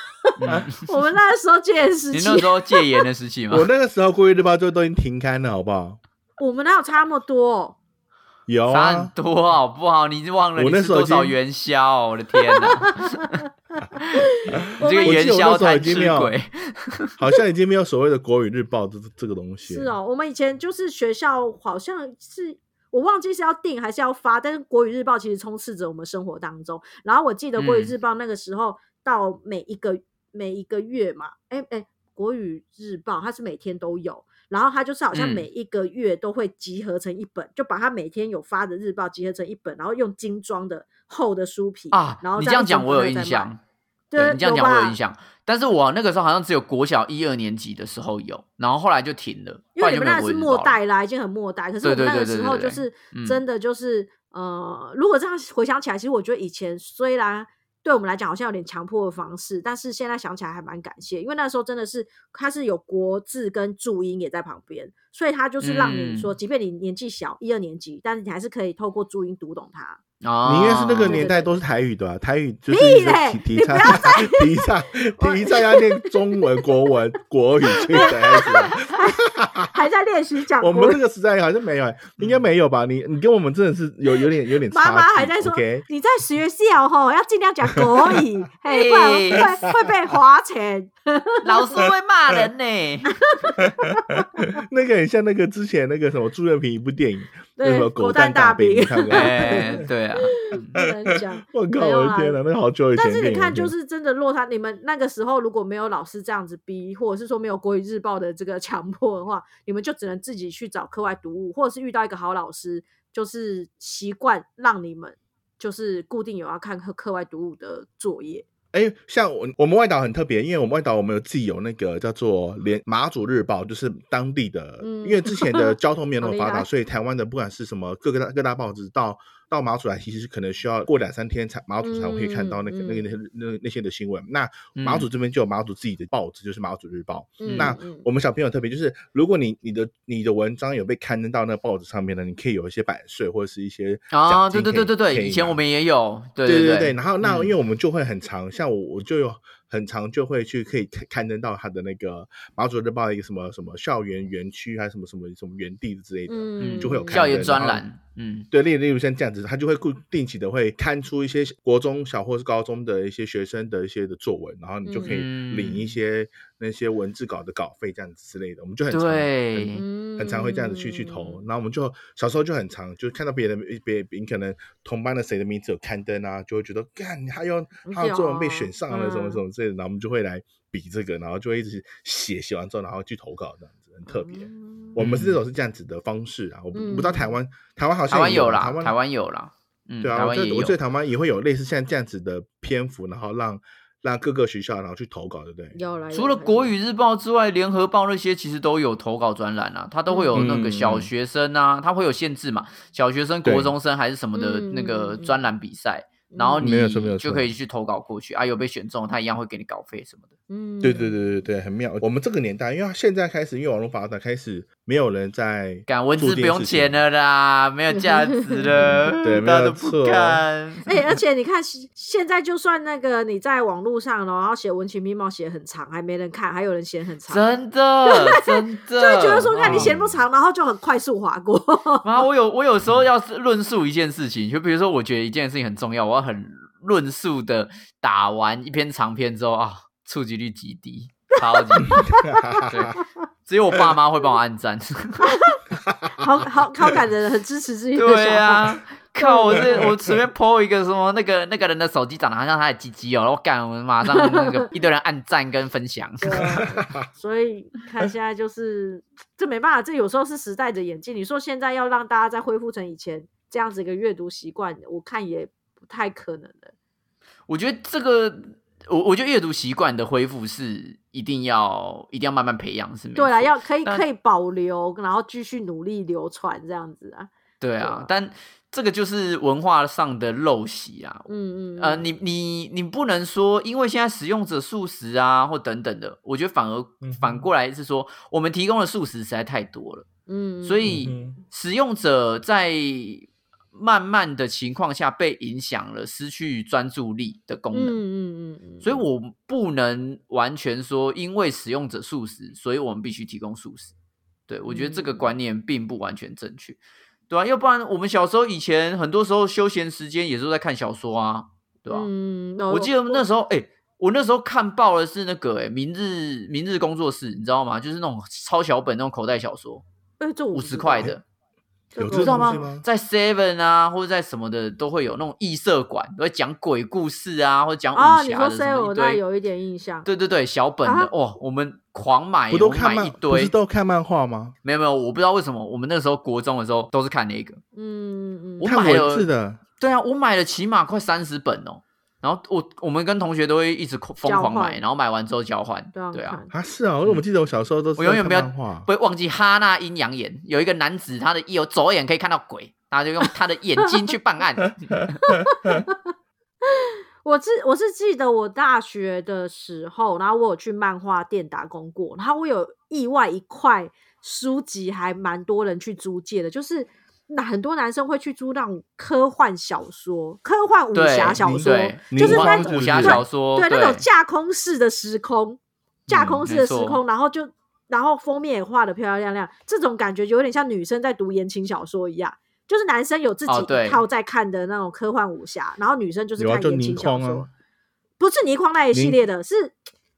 C: 嗯
B: 我们那时候戒严时
C: 你
B: 期，
C: 那时候戒严的时 期吗
A: 我？那个时候《国语日报》就都已经停刊了，好不好？
B: 我们哪有差那么多、哦
A: 有
C: 差很
A: 啊，
C: 多好不好？你忘了
A: 我
C: 你
A: 那
C: 吃
A: 时候已
C: 多少
A: 经
C: 元宵？我的天哪！你
B: 我
C: 这
B: 们
C: 个
A: 我
C: 元
A: 记得我
C: 宵
A: 那时候已
C: 贪
A: 经没
C: 吃
A: 有
C: 鬼，
A: 好像已经没有所谓的《国语日报》这这个东西。
B: 是，哦，我们以前就是学校好像是。我忘记是要订还是要发，但是《国语日报》其实充斥着我们生活当中。然后我记得《国语
C: 嗯
B: 日报》那个时候到每一个、每一个月嘛，哎哎，《国语日报》它是每天都有，然后它就是好像
C: 嗯
B: 每一个月都会集合成一本，就把它每天有发的日报集合成一本，然后用精装的厚的书皮
C: 啊
B: 然后！
C: 你
B: 再
C: 这样
B: 一整
C: 讲我
B: 本
C: 有
B: 再
C: 印
B: 卖，
C: 象，
B: 对，
C: 你这样
B: 有
C: 讲我有
B: 吧
C: 印。象。但是我那个时候好像只有国小一二年级的时候有，然后后来就停了，
B: 因
C: 后来
B: 为你
C: 就
B: 们
C: 没有
B: 那
C: 国
B: 是
C: 语日
B: 末
C: 报了
B: 代啦，已经很末代。可是我们
C: 对对
B: 那个
C: 对对
B: 时候
C: 对
B: 就
C: 对
B: 是
C: 嗯
B: 真的就是呃，如果这样回想起来，其实我觉得以前虽然对我们来讲好像有点强迫的方式，但是现在想起来还蛮感谢，因为那时候真的是它是有国字跟注音也在旁边，所以它就是让你说，
C: 嗯
B: 即便你年纪小一二年级，但是你还是可以透过注音读懂它。
C: 啊！
A: 你应该是那个年代
B: 对对对
A: 都是台语的、啊，台语就是
B: 屁
A: 一直
B: 嘞
A: 提提
B: 你不
A: 倡
B: 要
A: 提倡提倡要念中文、国文、国语去 的样子啊。
B: 还在练习 讲
A: 我
B: 国
A: 们那
B: 语，
A: 个时代好像没有、欸应该没有吧？你你跟我们真的是有有点有点差距。
B: 嗯妈妈还在说
A: OK，
B: 你在学校吼要尽量讲国 语，嘿，不然会会被罚钱。
C: 老师会骂人呢。
A: 那个很像那个之前那个什么朱元平一部电影，那
B: 对
A: 什么
B: 狗
A: 蛋
B: 蛋大
A: 兵，
B: 兵
A: 你 看过吗？
C: 哎，对啊，
B: 不能讲。
A: 我靠，
B: 没有
A: 我
B: 啦
A: 的天哪，那个好久以前
B: 但
A: 的
B: 是
A: 电影了。
B: 你看，就是真的落差。你们那个时候如果没有老师这样子逼，或者是说没有国语日报的这个 强迫的话，你们就只能自己去找课外读物，或者是遇到一个好老师，就是习惯让你们就是固定有要看课课外读物的作业。
A: 哎，像我我们外岛很特别，因为我们外岛我们有自己有那个叫做连马祖日报，就是当地的，
B: 嗯
A: 因为之前 的交通没有那么
B: 好
A: 发
B: 厉害
A: 达，所以台湾的不管是什么各个大各大报纸到到马祖来，其实可能需要过两三天才马祖才会看到那个、
B: 嗯
A: 那个那些那那些的新闻。那马祖这边就有马祖自己的报纸，就是马祖日报。
B: 嗯
A: 那
B: 嗯
A: 我们小朋友特别就是，如果你你的你的文章有被刊登到那个报纸上面呢，你可以有一些版税或者是一些
C: 啊，
A: 奖
C: 对
A: 金
C: 对对对
A: 可
C: 对，
A: 以
C: 以前
A: 拿
C: 我们也有，对
A: 对
C: 对
A: 对，然后那
C: 嗯
A: 因为我们就会很长，像我我就有很常就会去可以刊刊登到他的那个马祖日报的一个什么什么校园园区还啊是什么什么什么园地之类的，
B: 嗯，
A: 就会有看
C: 校园
A: 人
C: 专
A: 然后
C: 栏，嗯
A: 对，例例如像这样子，他就会固定期的会刊出一些国中小或是高中的一些学生的一些的作文，然后你就可以领一
C: 嗯
A: 些那些文字稿的稿费这样子之类的，我们就很常
C: 对
A: 很
B: 嗯
A: 很常会这样子去去投，然后我们就小时候就很常就看到别人别别你可能同班的谁的名字有刊登啊，就会觉得干他要他
B: 有
A: 的作文被选上了什么
B: 嗯
A: 什么之类的，然后我们就会来比这个，然后就会一直写，写完之后然后去投稿这样子，很特别。
B: 嗯
A: 我们是这种是这样子的方式啊，我不我不知道台
B: 嗯
A: 湾台湾好像
C: 台湾
A: 也
C: 有
A: 台
C: 啦，
A: 湾
C: 台湾有啦，嗯，
A: 对啊，
C: 台
A: 我
C: 湾
A: 觉
C: 也
A: 得
C: 有
A: 我觉得台湾也会有类似像这样子的篇幅，然后让让各个学校然后去投稿，对不对？
B: 有来
C: 除了国语日报之外，联合报那些其实都有投稿专栏啊，它都会有那个小学生啊，它会有限制嘛，小学生、
A: 嗯对
C: 国中生还是什么的那
B: 嗯
C: 个专栏比赛，然后你
A: 嗯没有错没有错
C: 就可以去投稿过去啊，有被选中，他一样会给你稿费什么的。
B: 嗯，
A: 对对对对对，很妙。我们这个年代，因为现在开始，因为网络发达，开始没有人在
C: 干文
A: 做
C: 字
A: 这
C: 不
A: 件
C: 用
A: 事情
C: 钱了啦，没有价 值了，
A: 嗯对没有
C: 大家都不
A: 错哦
C: 看。
B: 哎、而且你看，现现在就算那个你在网络上，然后写文情并茂写很长，还没人看，还有人嫌很长，
C: 真的， 真的，就嗯
B: 就会觉得说，看你
A: 嫌
B: 写不长，然后就很快速划过。
C: 妈，我有我有时候要是论述一件事情，就比如说我觉得一件事情很重要，我要很论述的打完一篇长篇之后啊，触及率极低，超级 低，对，只有我爸妈会帮我按赞。
B: 好好好感人，很支持自 己的
C: 对
B: 小孩。
C: 啊， 靠！我这我 随便 PO 一个什么那个那个人的手机长得好像他的鸡鸡哦，我干，我马上那 个一堆人按赞跟分享。
B: 对啊所以看现在就是这没办法，这有时候是时代的演进。你说现在要让大家再恢复成以前这样子一个阅读习惯，我看也不太可能了。
C: 我觉得这个，我我觉得阅读习惯的恢复是一定要一定要慢慢培养，是没
B: 对啊，
C: 错
B: 要可以
C: 但
B: 可以保留，然后继续努力流传这样子啊。
C: 对
B: 对
C: 啊
B: 啊，
C: 但这个就是文化上的陋习啊。
B: 嗯嗯，
C: 呃，你你你不能说，因为现在使用者素食啊，或等等的，我觉得反而
A: 嗯哼
C: 反过来是说，我们提供的素食实在太多了，
B: 嗯，
C: 所
B: 嗯
C: 以使用者在慢慢的情况下被影响了，失去专注力的功能。
B: 嗯嗯嗯嗯，
C: 所以我不能完全说，因为使用者素食，所以我们必须提供素食。对我觉得这个
B: 嗯
C: 观念并不完全正确，对啊，要不然我们小时候以前很多时候休闲时间也是在看小说啊，对吧、
B: 嗯，
C: 我记得那时候，哎、我那时候看爆的是那个、哎，明日明日工作室，你知道吗？就是那种超小本那种口袋小说，
B: 哎，这我不
C: 五
B: 知
C: 十
B: 道
C: 块，的，
B: 这
A: 有
B: 个
A: 这
C: 你知道
A: 种
C: 吗
A: 东西吗？
C: 在 Seven 啊，或者在什么的都会有那种异色馆，都会讲鬼故事啊，或者讲武
B: 哦，你
C: 侠
B: 说
C: 的
B: C
C: 什么
B: 我
C: 一
B: 那
C: 堆。
B: 有一点印象，
C: 对对对，小本的、
B: 啊
C: 哦，我们狂买，
A: 不都
C: 我们
A: 看
C: 买一
A: 漫，不
C: 堆
A: 是，都看漫画吗？
C: 没有没有，我不知道为什么，我们那时候国中的时候都是看那个，
B: 嗯，嗯嗯
C: 我
B: 嗯，
A: 看
C: 买了
A: 文字的，
C: 对啊，我买了起码快三十本哦，然后我我们跟同学都会一直疯狂
B: 交
C: 买，
B: 换
C: 然后买完之后交换，
B: 这样
C: 对啊
B: 看，，
A: 啊，是啊，我怎
B: 嗯
A: 么记得我小时候都是
C: 我永远
A: 在
C: 不要
A: 看漫画
C: 不，会忘记哈娜阴阳眼有一个男子，他的有左眼可以看到鬼，他就用他的眼睛去办案，
B: 我记我是记得我大学的时候，然后我有去漫画店打工过，然后我有意外一块书籍还蛮多人去租借的，就是那很多男生会去租那种科幻小说、科幻武
C: 对
B: 侠小说，
C: 对，
B: 就是
A: 灵
B: 那
A: 光
C: 幻
B: 种
C: 武侠小说，
B: 对，
C: 哦对
B: 那种架空式的时空，架
A: 嗯
B: 空式
C: 没
B: 的时
C: 错
B: 空，然后就然后封面也画的漂漂亮亮，这种感觉有点像女生在读言情小说一样，就是男生有自己
C: 哦对
B: 一套在看的那种科幻武侠，然后女生就是
A: 有啊，
B: 看
A: 就
B: 言
A: 倪
B: 情小
A: 匡
B: 说
A: 啊，，
B: 不是倪匡那一系
A: 倪
B: 列的，是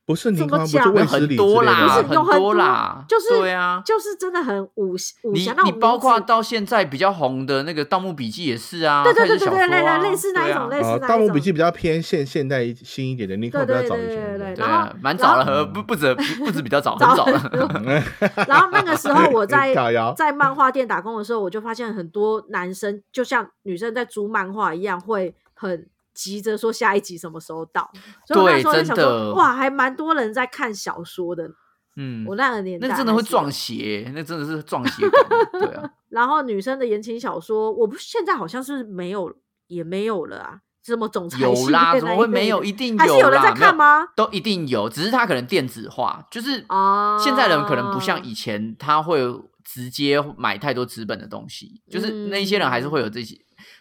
A: 不是倪
B: 怎么
A: 匡，不是
B: 讲
A: 卫斯
C: 很
A: 理之
C: 多
A: 类的
C: 啦，
B: 是
A: 吗，
B: 有很
C: 多
B: 多
C: 啦，
B: 就是
C: 对啊。
B: 就是真的很武侠武
C: 你
B: 侠那
C: 你
B: 种
C: 包
B: 女
C: 括
B: 子
C: 到现在比较红的那个《盗墓笔记》也是啊，
B: 对对
C: 它也是
B: 对对对
C: 小说啊
B: 类类似那一
C: 对啊
B: 种类似
A: 啊，
B: 那
A: 《盗
B: 一
A: 墓笔
B: 种
A: 记》比较偏现现代一新一点的，倪匡比较
B: 对
A: 早
B: 对
A: 以前
B: 对
A: 的。
C: 对
B: 然后
C: 啊，蛮早了，
A: 然后
C: 呃不不止不不止比 较早，很 早了。
B: 然后那个时候我在
A: 搞摇
B: 在漫画店打工的时候，我就发现很多男生就像女生在租漫画一样，会很急着说下一集什么时候到。所以我那
C: 对
B: 时候就
C: 真
B: 想
C: 的
B: 说，哇，还蛮多人在看小说的。
C: 嗯，
B: 我那个年代
C: 那真的会
B: 还是
C: 撞
B: 有。
C: 邪，那真的是撞邪 感，对啊，
B: 然后女生的言情小说，我不现在好像是没有，也没有了啊。什么总裁
C: 有
B: 系
C: 啦，
B: 列
C: 怎么
B: 那一
C: 会
B: 类
C: 没有？
B: 的
C: 一定
B: 还是
C: 有
B: 有人
C: 啦
B: 在
C: 没有
B: 看吗？
C: 都一定有，只是它可能电子化，就是
B: 啊
C: 现在人可能不
B: 哦
C: 像以前，
B: 嗯
C: 他会直接买太多纸本的东西，就是那一些人还是会有这些。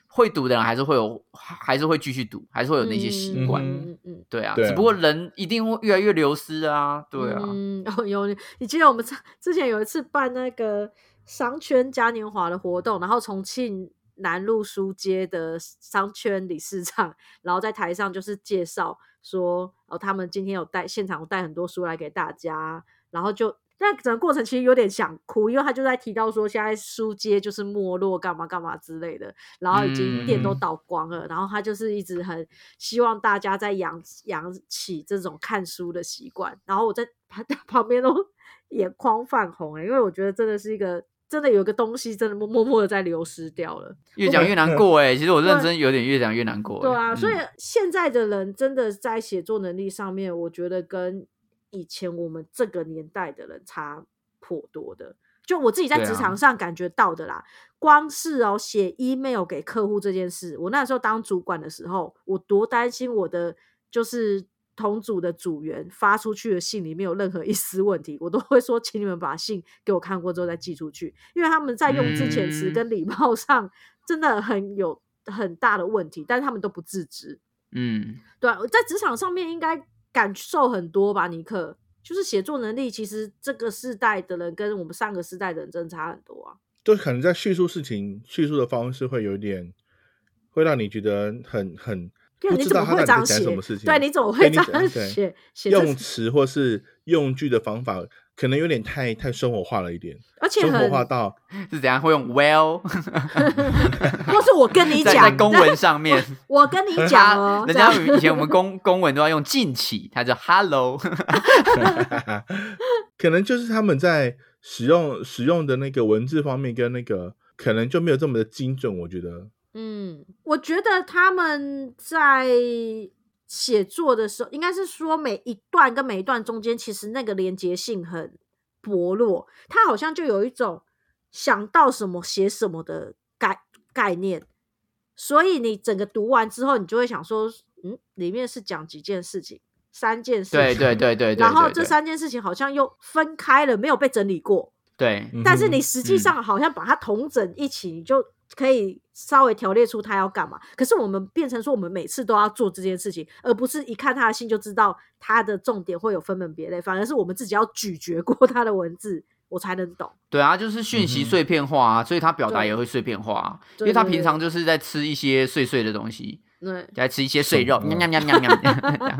C: 会读的人还是会有，还是会继续读，还是会有那些习惯。
B: 嗯嗯嗯
C: 对啊，
A: 对啊
C: 只不过人一定会越来越流失啊。对啊，
B: 嗯， 哦有，你记得我们上之前有一次办那个商圈嘉年华的活动，然后重庆南路书街的商圈理事长，然后在台上就是介绍说，哦，他们今天有带现场有带很多书来给大家，然后就。但整个过程其实有点想哭，因为他就在提到说现在书街就是没落，干嘛干嘛之类的，然后已经店都
A: 嗯
B: 倒光了，然后他就是一直很希望大家在养养起这种看书的习惯，然后我 在旁旁边都眼眶泛红、欸，因为我觉得真的是一个真的有一个东西真的默默默的在流失掉了。
C: 越讲越难
A: 嗯
C: 过哎、其实我认真有点越讲越难过、欸。
B: 对啊，
C: 嗯
B: 所以现在的人真的在写作能力上面，我觉得跟以前我们这个年代的人差颇多的。就我自己在
C: 对啊
B: 职场上感觉到的啦，光是哦写 email 给客户这件事，我那时候当主管的时候，我多担心我的就是同组的组员发出去的信里面有任何一丝问题，我都会说，请你们把信给我看过之后再寄出去，因为他们在用字遣词
C: 嗯
B: 跟礼貌 上真的很有很大的问题，但是他们都不自知。
C: 嗯，
B: 对啊，在职场上面应该感受很多吧，尼克。就是写作能力，其实这个世代的人跟我们上个世代的人真的差很多啊。
A: 就可能在叙述事情、叙述的方式会有一点，会让你觉得很很
B: 对啊，
A: 不
B: 你
A: 知
B: 怎么
A: 道他
B: 会这
A: 到底
B: 样
A: 在
B: 写？
A: 讲什么事情。
B: 对，你啊怎么会
A: 对
B: 这
A: 你
B: 样
A: 对
B: 写？写这
A: 用词或是用句的方法，可能有点太太生活化了一点，
B: 而且
A: 生活
B: 很，
A: 化 到
C: 嗯是怎样会用 well
B: 或是我跟你
C: 在
B: 讲，
C: 在公文上面，
B: 我跟你 讲哦，
C: 人
B: 这样
C: 家以前我们公公文都要用近期，他就 hello，
A: 可能就是他们在使用使用的那个文字方面跟那个可能就没有这么的精准，我觉得。
B: 嗯，我觉得他们在写作的时候，应该是说每一段跟每一段中间，其实那个连接性很薄弱，他好像就有一种想到什么写什么的概概念，所以你整个读完之后，你就会想说，嗯，里面是讲几件事情，三件事情，
C: 对对对对对，
B: 然后
C: 对
B: 这三件事情好像又分开了，没有被整理过，
C: 对
A: 嗯
B: 但是你
A: 哼
B: 实际上好像把它统整一起，你就可以稍微条列出他要干嘛。可是我们变成说，我们每次都要做这件事情，而不是一看他的信就知道他的重点会有分门别类，反而是我们自己要咀嚼过他的文字，我才能懂。
C: 对啊，就是讯息
A: 嗯哼
C: 碎片化啊，所以他表达
B: 对
C: 也会碎片化啊，因
B: 对
C: 为他
B: 对
C: 平
B: 对
C: 常就是在吃一些碎碎的东西，
B: 对，
C: 在吃一些碎肉，
A: 什么
C: 喵喵喵喵喵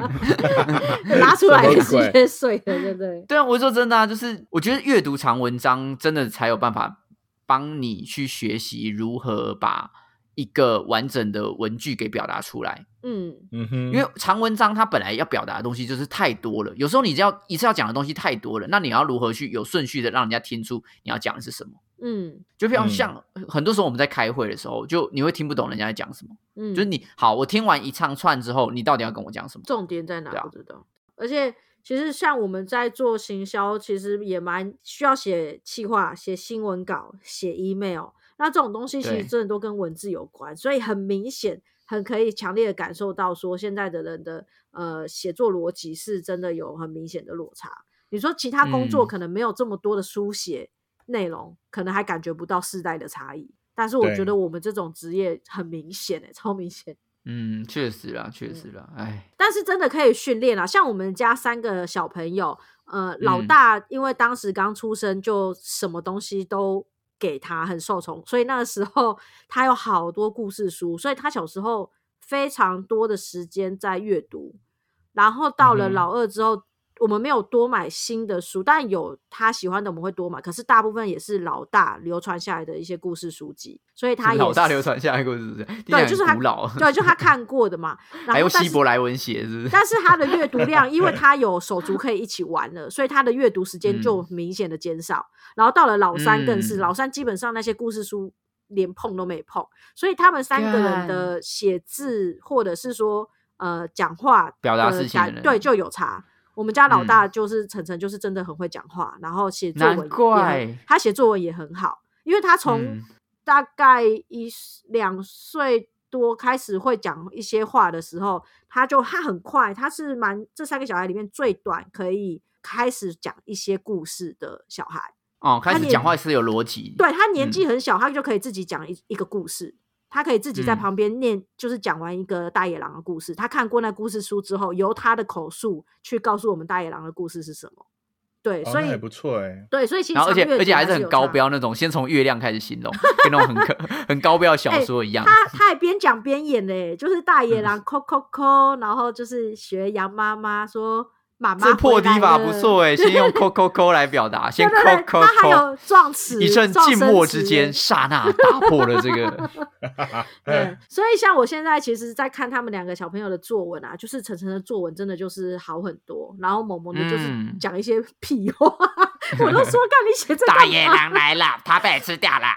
C: 这样
B: 拉出来
A: 什么
B: 也是
A: 鬼
B: 一些碎的，对不对？
C: 对啊，我说真的、啊，就是我觉得阅读长文章真的才有办法帮你去学习如何把一个完整的文句给表达出来。
B: 嗯
A: 嗯哼，
C: 因为长文章它本来要表达的东西就是太多了，有时候你只要一次要讲的东西太多了，那你要如何去有顺序的让人家听出你要讲的是什么？
B: 嗯
C: 就比方
A: 嗯
C: 像很多时候我们在开会的时候，就你会听不懂人家在讲什么。
B: 嗯，
C: 就是你好，我听完一长串之后，你到底要跟我讲什么？
B: 重点在哪
C: 对啊
B: 不知道。而且其实像我们在做行销，其实也蛮需要写企划、写新闻稿、写 email。那这种东西其
C: 对
B: 实真的都跟文字有关，所以很明显，很可以强烈的感受到说现在的人的呃写作逻辑是真的有很明显的落差。你说其他工作
C: 嗯
B: 可能没有这么多的书写内容，可能还感觉不到世代的差异。但是我觉
A: 对
B: 得我们这种职业很明显、欸，超明显。
C: 嗯，确实啦，确实啦，哎，
B: 但是真的可以训练啦，啊像我们家三个小朋友，呃，老
C: 嗯
B: 大因为当时刚出生，就什么东西都给他，很受宠，所以那个时候他有好多故事书，所以他小时候非常多的时间在阅读。然后到了
A: 嗯哼
B: 老二之后，我们没有多买新的书，但有他喜欢的我们会多买，可是大部分也是老大流传下来的一些故事书籍，所以他也
C: 老大
B: 是
C: 流传下来的故事是不是？听起来
B: 对，
C: 很
B: 就是他
C: 古老，
B: 对，就他看过的 嘛。然后
C: 还用
B: 但
C: 希
B: 是
C: 伯来文写，是不是？
B: 但是他的阅读 量，因为他有手足可以一起玩了，所以他的阅读时间就明显的减少。然后到了老三更是，
C: 嗯
B: 老三基本上那些故事书连碰都没碰，所以他们三个人的写字或者是说呃讲话
C: 表达
B: 的
C: 事情的嗯
B: 感
C: 能力
B: 对就有差。我们家老大就是晨晨，就是真的很会讲话，然后写作文也
C: 难怪
B: 很他写作文也很好，因为他从
C: 嗯
B: 大概一两岁多开始会讲一些话的时候，他就他很快，他是蛮这三个小孩里面最短可以开始讲一些故事的小孩。
C: 哦，开
B: 他
C: 始
B: 也
C: 讲话是有逻辑，嗯
B: 对他年纪很小，他就可以自己讲一一个故事。他可以自己在
C: 嗯
B: 旁边念，就是讲完一个大野狼的故事。他看过那故事书之后，由他的口述去告诉我们大野狼的故事是什么。对，
A: 哦
B: 所
A: 那还
B: 以
A: 不错哎，
B: 对，所以其实
C: 然后而且
B: 长月
C: 而且
B: 烬
C: 还是
B: 有
C: 很高
B: 差。
C: 标那种，先从月亮开始形容，跟那种很高很高标的小
B: 哎
C: 说一样。
B: 他他还边讲边演嘞，就是大野
C: 嗯
B: 狼扣扣扣，然后就是学羊妈妈说妈妈
C: 这破
B: 回来
C: 题法
B: 了
C: 不错 哎，先用扣扣扣来表达，先
B: 对
C: 扣
B: 对对，
C: 扣
B: 他还
C: 扣
B: 有，撞词，
C: 一阵
B: 撞
C: 静
B: 声
C: 默
B: 词
C: 之间，刹那打破了这个
B: 对，所以像我现在其实，在看他们两个小朋友的作文啊，就是晨晨的作文真的就是好很多，然后萌萌的就是
C: 嗯
B: 讲一些屁话， 我都说干你写 这
C: 大
B: 干
C: 野
B: 嘛？
C: 狼来了，他被吃掉了。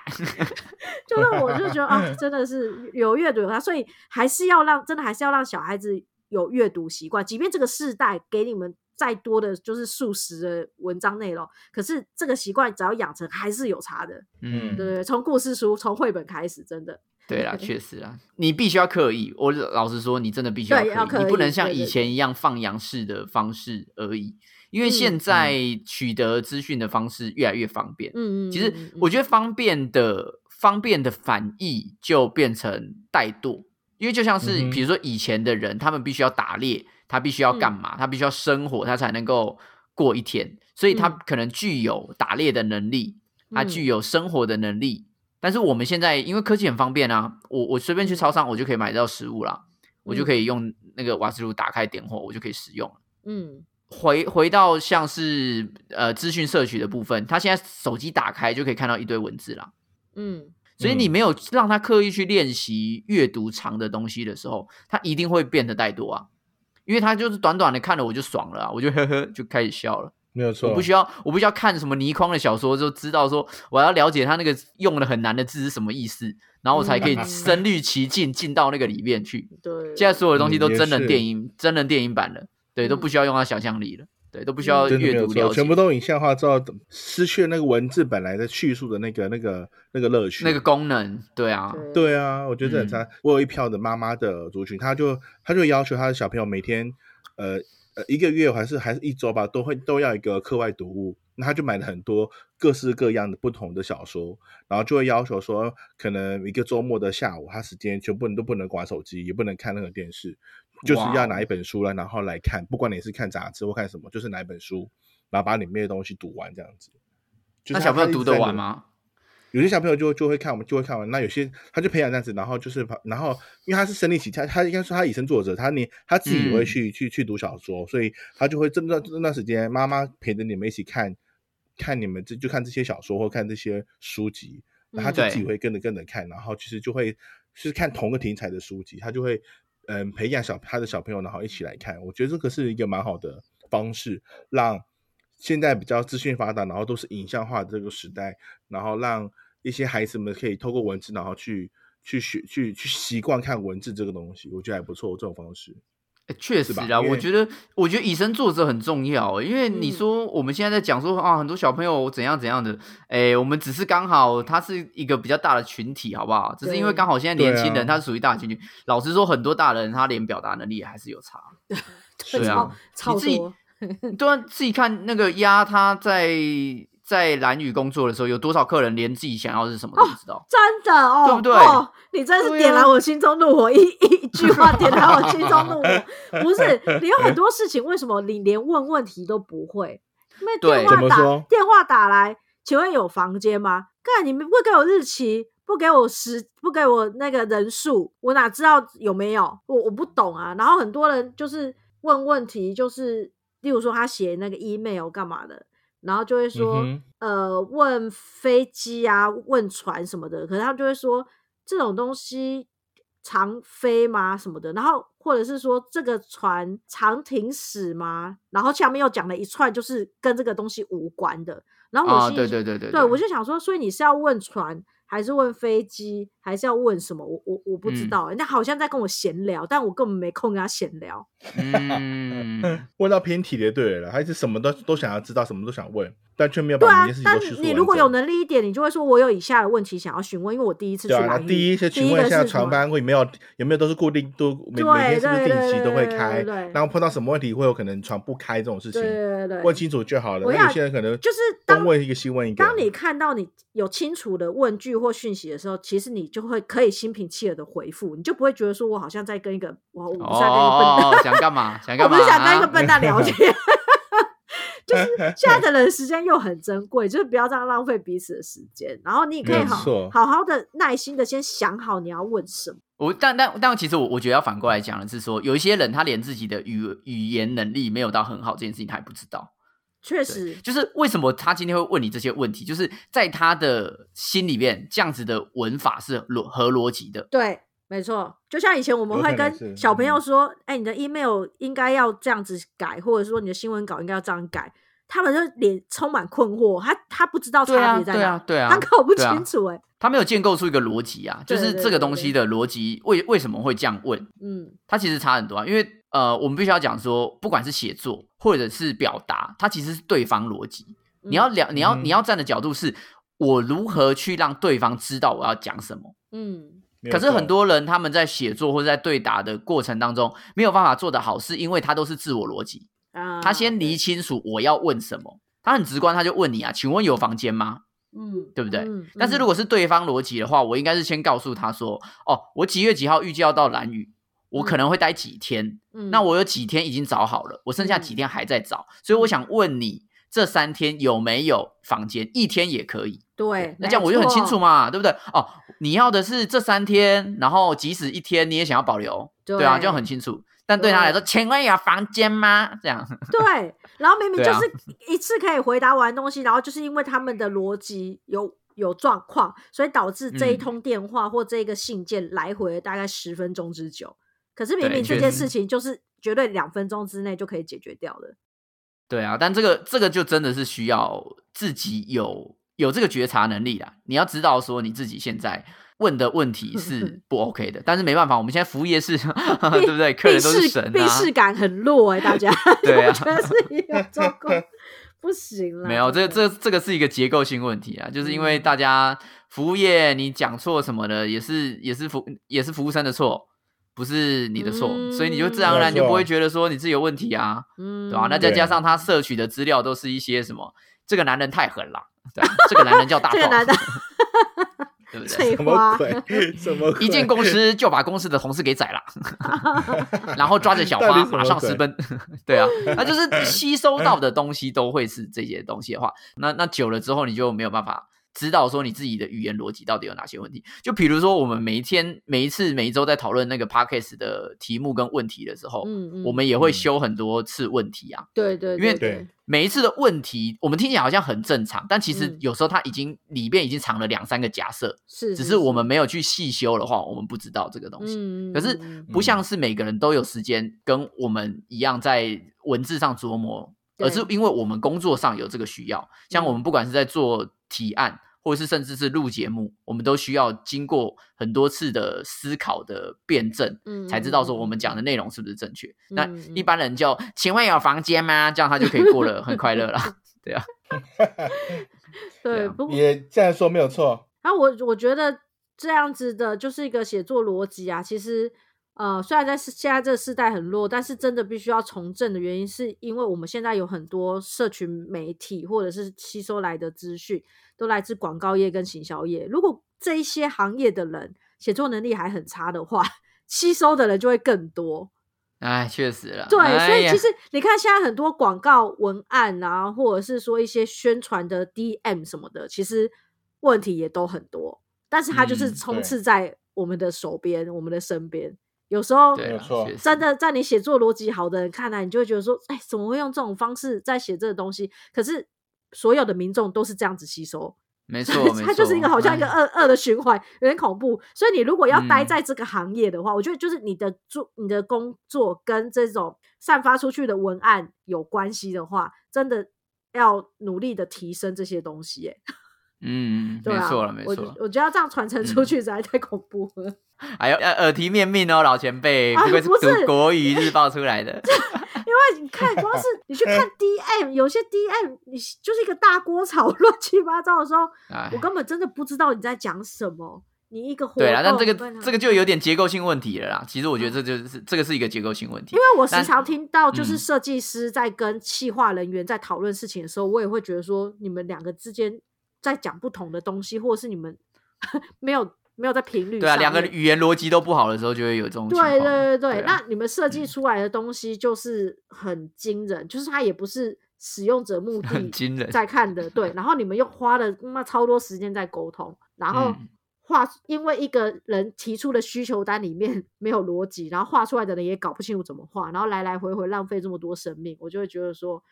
B: 就让我就觉得
C: 嗯
B: 啊，真的是有阅读有它，所以还是要让真的还是要让小孩子有阅读习惯，即便这个世代给你们。再多的就是素食的文章内容，可是这个习惯只要养成还是有差的，
C: 嗯
A: 嗯
B: 对，对对，从故事书、从绘本开始，真的。
C: 对啦，确实啊，你必须要刻意。我老实说，你真的必须要刻
B: 对
C: 意，
B: 要刻意
C: 你不能像
B: 对对
C: 以前一样放羊式的方式而已。因为
B: 嗯
C: 现在取得资讯的方式越来越方便，
B: 嗯嗯，
C: 其实
B: 嗯
C: 我觉得方便的方便的反义就变成怠惰，因为就像是
A: 嗯哼
C: 比如说以前的人，他们必须要打猎，他必须要干
B: 嗯
C: 嘛，他必须要生火，他才能够过一天，所以他
B: 嗯
C: 可能具有打猎的能力，他
B: 嗯
C: 具有生活的能力。但是我们现在因为科技很方便啊，我我随便
B: 嗯
C: 去超商，我就可以买到食物啦，我就可以用那个瓦斯炉打开点火，我就可以使用了。
B: 嗯
C: 回回到像是呃资讯摄取的部分，他现在手机打开就可以看到一堆文字啦。
B: 嗯
C: 所以你没有让他刻意去练习阅读长的东西的时候，他一定会变得怠惰啊，因为他就是短短的看了我就爽了、啊，我就 呵呵就开始笑了。
A: 没有
C: 我
A: 错，
C: 不需要，我不需要看什么倪匡的小说就知道说我要了解他那个用的很难的字是什么意思，然后我才可以
B: 嗯
C: 身临其境进到那个里面去。
B: 对，
C: 现在所有的东西都
A: 嗯也
C: 真人
A: 是
C: 电影、真人电影版了，对，都
B: 嗯
C: 不需要用到想象力了，对，都不需要
A: 真的没
C: 阅
A: 有
C: 读
A: 错，
C: 了解
A: 全，部都影像化之后，失去了那个文字本来的叙述的那个、那个、那个乐趣。
C: 那个功能，对啊，
B: 嗯
A: 对啊，我觉得这很差。我有一票的妈妈的族群，她就她就要求她的小朋友每天，呃呃，一个月还是还是一周吧，都会都要一个课外读物。那她就买了很多各式各样的不同的小说，然后就会要求说，可能一个周末的下午，她时间全部人都不能玩手机，也不能看任何电视，就是
C: 哇
A: 要
C: 哦
A: 拿一本书来，然后来看，不管你是看杂志或看什么，就是拿一本书，然后把里面的东西读完这样子。就是
C: 那
A: 她
C: 小朋友
A: 她一直
C: 读得
A: 在
C: 完
A: 努
C: 吗？
A: 有些小朋友就就会看，我们就会看完。那有些他就培养这样子，然后就是把，然后因为他是身临其境，他他应该说他以身作则，他连他自己也会去、去去读小说，所以他就会这段这段时间，妈妈陪着你们一起看，看你们这就看这些小说或看这些书籍，然
B: 嗯
A: 后他
C: 对
A: 就自己会跟着跟着看，然后其实就会是看同个题材的书籍，他就会嗯培养小他的小朋友，然后一起来看。我觉得这个是一个蛮好的方式，让现在比较资讯发达，然后都是影像化的这个时代，然后让一些孩子们可以透过文字，然后去去学去去习惯看文字这个东西，我觉得还不错，这种方
B: 嗯
A: 式。
C: 诶确实
A: 吧
C: 啊，
A: 因
C: 我
A: 为
C: 觉得，我觉得以身作则很重要欸，因为你
B: 嗯
C: 说我们现在在讲说啊，很多小朋友怎样怎样的，哎，我们只是刚好他是一个比较大的群体，好不好？只是因为
B: 对
C: 刚好现在年轻
A: 对
C: 人
A: 啊
C: 他是属于大群体，老实说，很多大人他连表达能力也还是有差。
B: 对
C: 对啊
B: 超超
C: 自己
B: 多，
C: 对啊，自己看那个鸭，他在在蓝宇工作的时候，有多少客人连自己想要的是什么都不知道？
B: 真的哦，
C: 对不对
B: 哦，你真是
C: 对
B: 点
C: 啊
B: 燃我心中怒火，一一句话点燃我心中怒
C: 啊
B: 火。不是，你有很多事情，为什么你连问问题都不会？因为
C: 对
B: 电话
A: 怎么
B: 打
A: 说
B: 电话打来，请问有房间吗？干，你们不给我日期，不给我时，不给我那个人数，我哪知道有没有？我我不懂啊。然后很多人就是问问题，就是例如说他写那个 email 干嘛的，然后就会说。
A: 嗯
B: 呃问飞机啊、问船什么的，可是他们就会说这种东西常飞吗什么的，然后或者是说这个船常停驶吗？然后下面又讲了一串就是跟这个东西无关的，然哦后我
C: 啊，
B: 心里
C: 对
B: 就
C: 对对对
B: 对我就想说，所以你是要问船，还是问飞机，还是要问什么？我我我不知
C: 嗯
B: 道、人家好像在跟我闲聊，但我根本没空跟他闲聊。
C: 嗯，
A: 问到偏题的对了，孩子什么都都想要知道，什么都想问，但却没有
B: 对
A: 把每
B: 啊
A: 件事，情
B: 但
A: 都叙述完
B: 你如果有
A: 整
B: 能力一点，你就会说，我有以下的问题想要询问，因为我第一次去
A: 对啊，那
B: 蓝屿，
A: 第一先询问
B: 个
A: 一下
B: 是什
A: 船
B: 么
A: 班会没有有没有都是固定都每每天
B: 对
A: 是不是
B: 对
A: 定
B: 对
A: 期都会
B: 对
A: 开
B: 对对，
A: 然后碰到什么问题会有可能船不开这种事情
B: 对，对对，
A: 问清楚就好了。
B: 我
A: 那有
B: 要
A: 些人可能
B: 就是当
A: 东问一个西问一个，
B: 当你看到你有清楚的问句或讯息的时候，其实你就会可以心平气和的回复，你就不会觉得说我好像在跟一个我 我不
C: 哦
B: 是在跟
C: 哦，哦
B: 一个笨蛋，
C: 想干嘛？想
B: 我
C: 干
B: 不
C: 嘛？
B: 是想跟一个
C: 啊
B: 笨蛋聊天。 就是现在的人时间又很珍贵，就是不要这样浪费彼此的时间。然后你也可以
A: 没
B: 好
A: 错
B: 好好的、耐心的先想好你要问什么。
C: 我但但但其实我我觉得要反过来讲的是说，有一些人他连自己的语语言能力没有到很好这件事情他还不知道。
B: 确
C: 对
B: 实，
C: 就是为什么他今天会问你这些问题，就是在他的心里面这样子的文法是逻合逻辑的。
B: 对，没错。就像以前我们
A: 有
B: 会
A: 可能是
B: 跟小朋友
A: 嗯
B: 说：“哎、你的 email 应该要这样子改，或者说你的新闻稿应该要这样改。”他们就脸充满困惑，他他不知道
C: 对
B: 差
C: 啊，
B: 别在
C: 对
B: 哪，
C: 啊，对啊
B: 他，搞不
C: 对啊
B: 清楚哎、
C: 他没有建构出一个逻辑啊，就
B: 对
C: 是
B: 对
C: 这
B: 对
C: 个东西的逻辑为为什么会这样问，
B: 嗯，
C: 它其实差很多啊。因为呃，我们必须要讲说，不管是写作或者是表达，它其实是对方逻辑。你要了，你要
A: 嗯
C: 你要站的角度是。我如何去让对方知道我要讲什么？
B: 嗯
A: 没有
C: 可是很
A: 错
C: 多人他们在写作或者在对答的过程当中没有办法做得好，是因为他都是自我逻辑。
B: 啊，
C: 他先理
B: 解，
C: 清楚我要问什么，他很直观，他就问你啊，请问有房间吗？
B: 嗯，
C: 对不对
B: 嗯
C: 但是如
B: 嗯
C: 果是对方逻辑的话，我应该是先告诉他说，哦，我几月几号预计要到兰屿，我可能会待几天，
B: 嗯
C: 那我有几天已经找好了，我剩下几天还在找，所以我想问你。这三天有没有房间？一天也可以，
B: 对，
C: 那这样我就很清楚
B: 嘛，
C: 嘛，对不对？哦，你要的是这三天，然后即使一天你也想要保留，
B: 对
C: 对啊，这样很清楚。但对他来说，
B: 对
C: 请问有房间吗？这样，
B: 对，然后明明
C: 对
B: 就
C: 啊
B: 是一次可以回答完东西，然后就是因为他们的逻辑有有状况，所以导致这一
C: 嗯
B: 通电话或这一个信件来回了大概十分钟之久。可是明
C: 对
B: 明这
C: 确
B: 件
C: 实
B: 事情就是绝对两分钟之内就可以解决掉的。
C: 对啊，但这个这个就真的是需要自己有有这个觉察能力啦。你要知道说你自己现在问的问
A: 嗯
C: 题是不 OK 的，但是没办法，我们现在服务业是， 对不对？客
B: 避
C: 人都是
B: 世
C: 神啊，
B: 避世感很弱哎、大家
C: 对啊
B: 我觉得是有状况，不行了。
C: 没有，这
B: 真的
C: 这这个是一个结构性问题啊，就是因为
A: 嗯
C: 大家服务业你讲错什么的，也是也是服也是服务生的错，不是你的错，所以你就自然而然
A: 嗯没
C: 就
A: 错
C: 不会觉得说你自己有问题啊，
B: 嗯
C: 对吧、那再
A: 对
C: 加上他摄取的资料都是一些什么，这个男人太狠了，对、啊，这个男人叫大
B: 这个
C: 壮，
B: 男的
C: 对不对？
B: 翠
A: 什么
B: 花，
A: 鬼？什么鬼
C: 一 进公司就把公司的同事给宰了，然后抓着小
A: 到底
C: 花
A: 什么
C: 马上
A: 鬼
C: 私奔。对啊，那就是吸收到的东西都会是这些东西的话，那那久了之后你就没有办法知道说你自己的语言逻辑到底有哪些问题。就比如说我们每一天、每一次、每一周在讨论那个 podcast 的题目跟问题的时候，
B: 嗯嗯，
C: 我们也会
A: 嗯
C: 修很多次问题啊。
B: 对对
C: 因为
B: 对
C: 每一次的问题，我们听起来好像很正常，但其实
B: 嗯
C: 有时候它已经里边已经藏了两三个假设，
B: 是，
C: 只是我们没有去细修的话，我们不知道这个东西。
B: 嗯，嗯
C: 可是
B: 嗯嗯
C: 不像是每个人都有时间跟我们一样在文字上琢磨，
B: 对嗯
C: 而是因为我们工作上有这个需要。像我们不管是在做提案，或者是甚至是录节目，我们都需要经过很多次的思考的辩证，
B: 嗯
C: 才知道说我们讲的内容是不是正确。那
B: 嗯嗯
C: 一般人就请问有房间吗？这样他就可以过得很快乐啦。对
B: 对，
C: 啊
B: 不过
A: 也这样说没有错，
B: 然后我我觉得这样子的就是一个写作逻辑啊，其实呃，虽然在是现在这个时代很弱，但是真的必须要从政的原因，是因为我们现在有很多社群媒体或者是吸收来的资讯，都来自广告业跟行销业。如果这一些行业的人写作能力还很差的话， 吸收的人就会更多。
C: 哎，确实了。
B: 对，所
C: 哎
B: 以
C: 呀
B: 其实你看现在很多广告文案啊，或者是说一些宣传的 DM 什么的，其实问题也都很多，但是它就是
C: 嗯
B: 充
A: 对
B: 斥在我们的手边、我们的身边。有时候
C: 对
A: 没有
C: 啦
A: 错
C: 确实
B: 真的在你写作逻辑好的人看来，你就会觉得说，哎，怎么会用这种方式在写这个东西？可是所有的民众都是这样子吸收，
C: 没
B: 所以
C: 错，没错，
B: 它就是一个好像一个
C: 哎
B: 恶恶的循环，有点恐怖。所以你如果要待
C: 嗯
B: 在这个行业的话，我觉得就是你的做你的工作跟这种散发出去的文案有关系的话，真的要努力的提升这些东西、欸。
C: 嗯，
B: 对
C: 没
B: 啊，
C: 错了，没
B: 我
C: 错嗯了。
B: 我觉得这样传承出去实在太恐怖了。
C: 哎呦，呃耳提面命哦，老前辈，
B: 哎
C: 不愧是
B: 不是
C: 读国语日报出来 的。
B: 因为你看，光是你去 看 DM，有些 DM 你就是一个大锅炒 乱七八糟的时候，
C: 哎
B: 我，根本真的不知道你在讲什么。你一个活动，
C: 对啦，但这个
B: 对啦啊嗯
C: 这个就有点结构性问题了啦。其实我觉得这就是这个是一个结构性问题
B: 因。为我时
C: 但
B: 常听到，就是
C: 嗯
B: 设计师在跟企划人员在讨论事情的时候，我也会觉得说，你们两个之间在讲不同的东西，或者是你们 没有没有在频率
C: 对啊，
B: 上
C: 两个
B: 面
C: 语言逻辑都不好的时候，就会有这种情况。
B: 对对
C: 对
B: 对对，
C: 啊
B: 那你们设计出来的东西就是很惊人，就是它也不是使用者目
C: 很
B: 的
C: 惊人。
B: 在看的，对。然后你们又花了妈超多时间在沟通，然后
C: 嗯
B: 画，因为一个人提出的需求单里面 没有逻辑，然后画出来的人也搞不清楚怎么画，然后来来回回浪费这么多生命，我就会觉得说，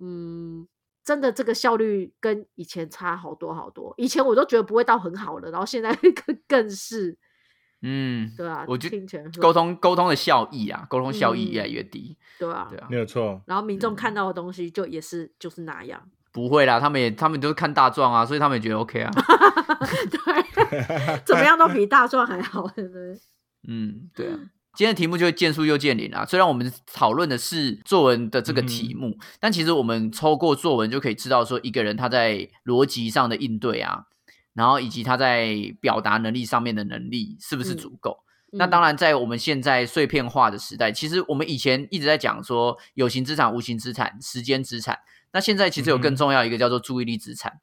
B: 嗯。真的，这个效率跟以前差好多好多。以前我都觉得不会到很好了，然后现在 更更是，
C: 嗯，
B: 对啊，
C: 我就
B: 听起来很
C: 沟通沟通的效益啊，沟通效益
B: 嗯
C: 越来越低。
B: 对啊，
C: 对啊，
A: 没有错，
B: 然后民众看到的东西就也是就是那 样，
C: 不会啦，他们也他们都是看大壮啊，所以他们也觉得 OK 啊。
B: 对， 怎么样都比大壮还好，对不对？
C: 嗯，对啊。今天的题目就是见树又见林啊。虽然我们讨论的是作文的这个
A: 嗯哼
C: 题目，但其实我们透过作文就可以知道说一个人他在逻辑上的应对啊，然后以及他在表达能力上面的能力是不是
B: 嗯
C: 足够。 那当然，在我们现在碎片化的时代，其实我们以前一直在讲说有形资产、无形资产、时间资产。那现在其实有
A: 嗯
C: 更
A: 哼
C: 重要一个叫做注意力资产。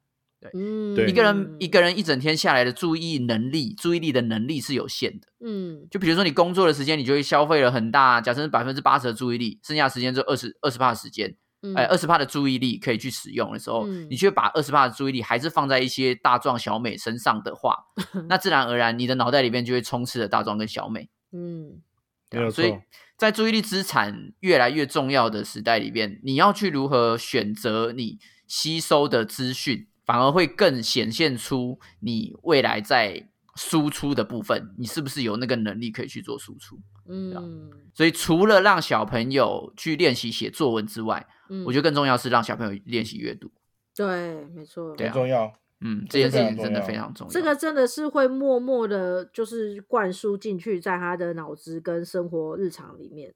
B: 嗯，
A: 对
C: 一个人一个人一整天下来的注意能力、注意力的能力是有限的。
B: 嗯
C: 就比如说你工作的时间，你就会消费了很大，假设是百分之八十的注意力，剩下的时间就二十二十帕时间，
B: 嗯，
C: 哎、2二十帕的注意力可以去使用的时候，
B: 嗯
C: 你却把二十帕的注意力还是放在一些大壮小美身上的 话，那自然而然你的脑袋里面就会充斥着大壮跟小美。
B: 嗯
A: 没有
C: 啊所以
A: 错，
C: 在注意力资产越来越重要的时代里边，你要去如何选择你吸收的资讯，反而会更显现出你未来在输出的部分，你是不是有那个能力可以去做输出？
B: 嗯
C: 所以除了让小朋友去练习写作文之外，
B: 嗯，
C: 我觉得更重要是让小朋友练习阅读。
B: 对，没错，
C: 对
A: 很
C: 啊
A: 重要。
C: 嗯，这
B: 这
C: 件
B: 个
C: 事情真的
A: 非常重要
C: 非常重要。
B: 这个真的是会默默的，就是灌输进去在他的脑子跟生活日常里面，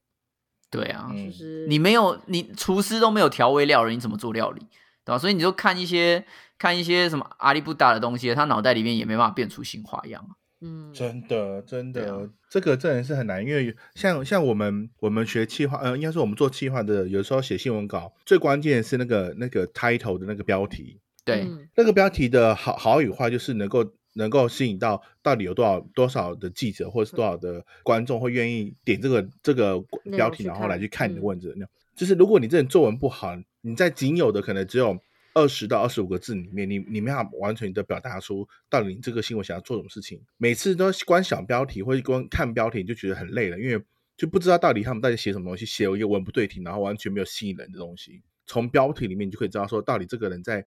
C: 对啊，
A: 嗯
B: 就是
C: 你没有，你厨师都没有调味料了，你怎么做料理？对吧、啊所以你就看一些看一些什么阿里不达的东西，他脑袋里面也没办法变出新花样啊。
B: 嗯
A: 真的，真
C: 对
A: 的，
C: 啊
A: 这个真的是很难，因为像像我们我们学企划，呃，应该说我们做企划的，有时候写新闻稿，最关键是那个那个 title 的那个标题，
C: 对，
B: 嗯
A: 那个标题的好好与坏，就是能够能够吸引到到底有多少多少的记者或者是多少的观众会愿意点这个这个
B: 内
A: 标
B: 容
A: 题，
B: 去
A: 然后来
B: 看
A: 去看你的
B: 嗯
A: 文字的内容。就是如果你这作文不好，你在仅有的可能只有二十到二十五个字里面，你你没办法完全的表达出到底你这个新闻想要做什么事情。每次都光想标题或者光看标题，你就觉得很累了，因为就不知道到底他们到底写什么东西，写一个文不对题，然后完全没有吸引人的东西。从标题里面，你就可以知道说，到底这个人在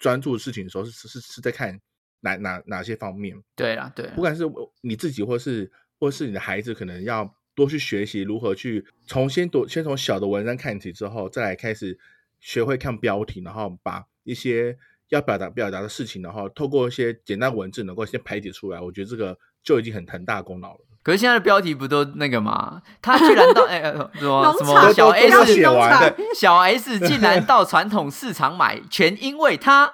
A: 专注事情的时候是是是是在看哪哪哪些方面。
C: 对啦，对啦
B: 嗯
A: 不管是我你自己，或是或是你的孩子，可能要多去学习如何去从先多先从小的文章看起，之后再来开始学会看标题，然后把一些要表达表达的事情，然后透过一些简单文字能够先排解出来。我觉得这个就已经很很大功劳了。
C: 可是现在的标题不都那个吗？他居然到哎、呃什么
B: 农
C: 什
B: 场
C: 么小
A: 都都要
C: S
A: 写完的，
C: 小 S 竟然到传统市场买，全因为他。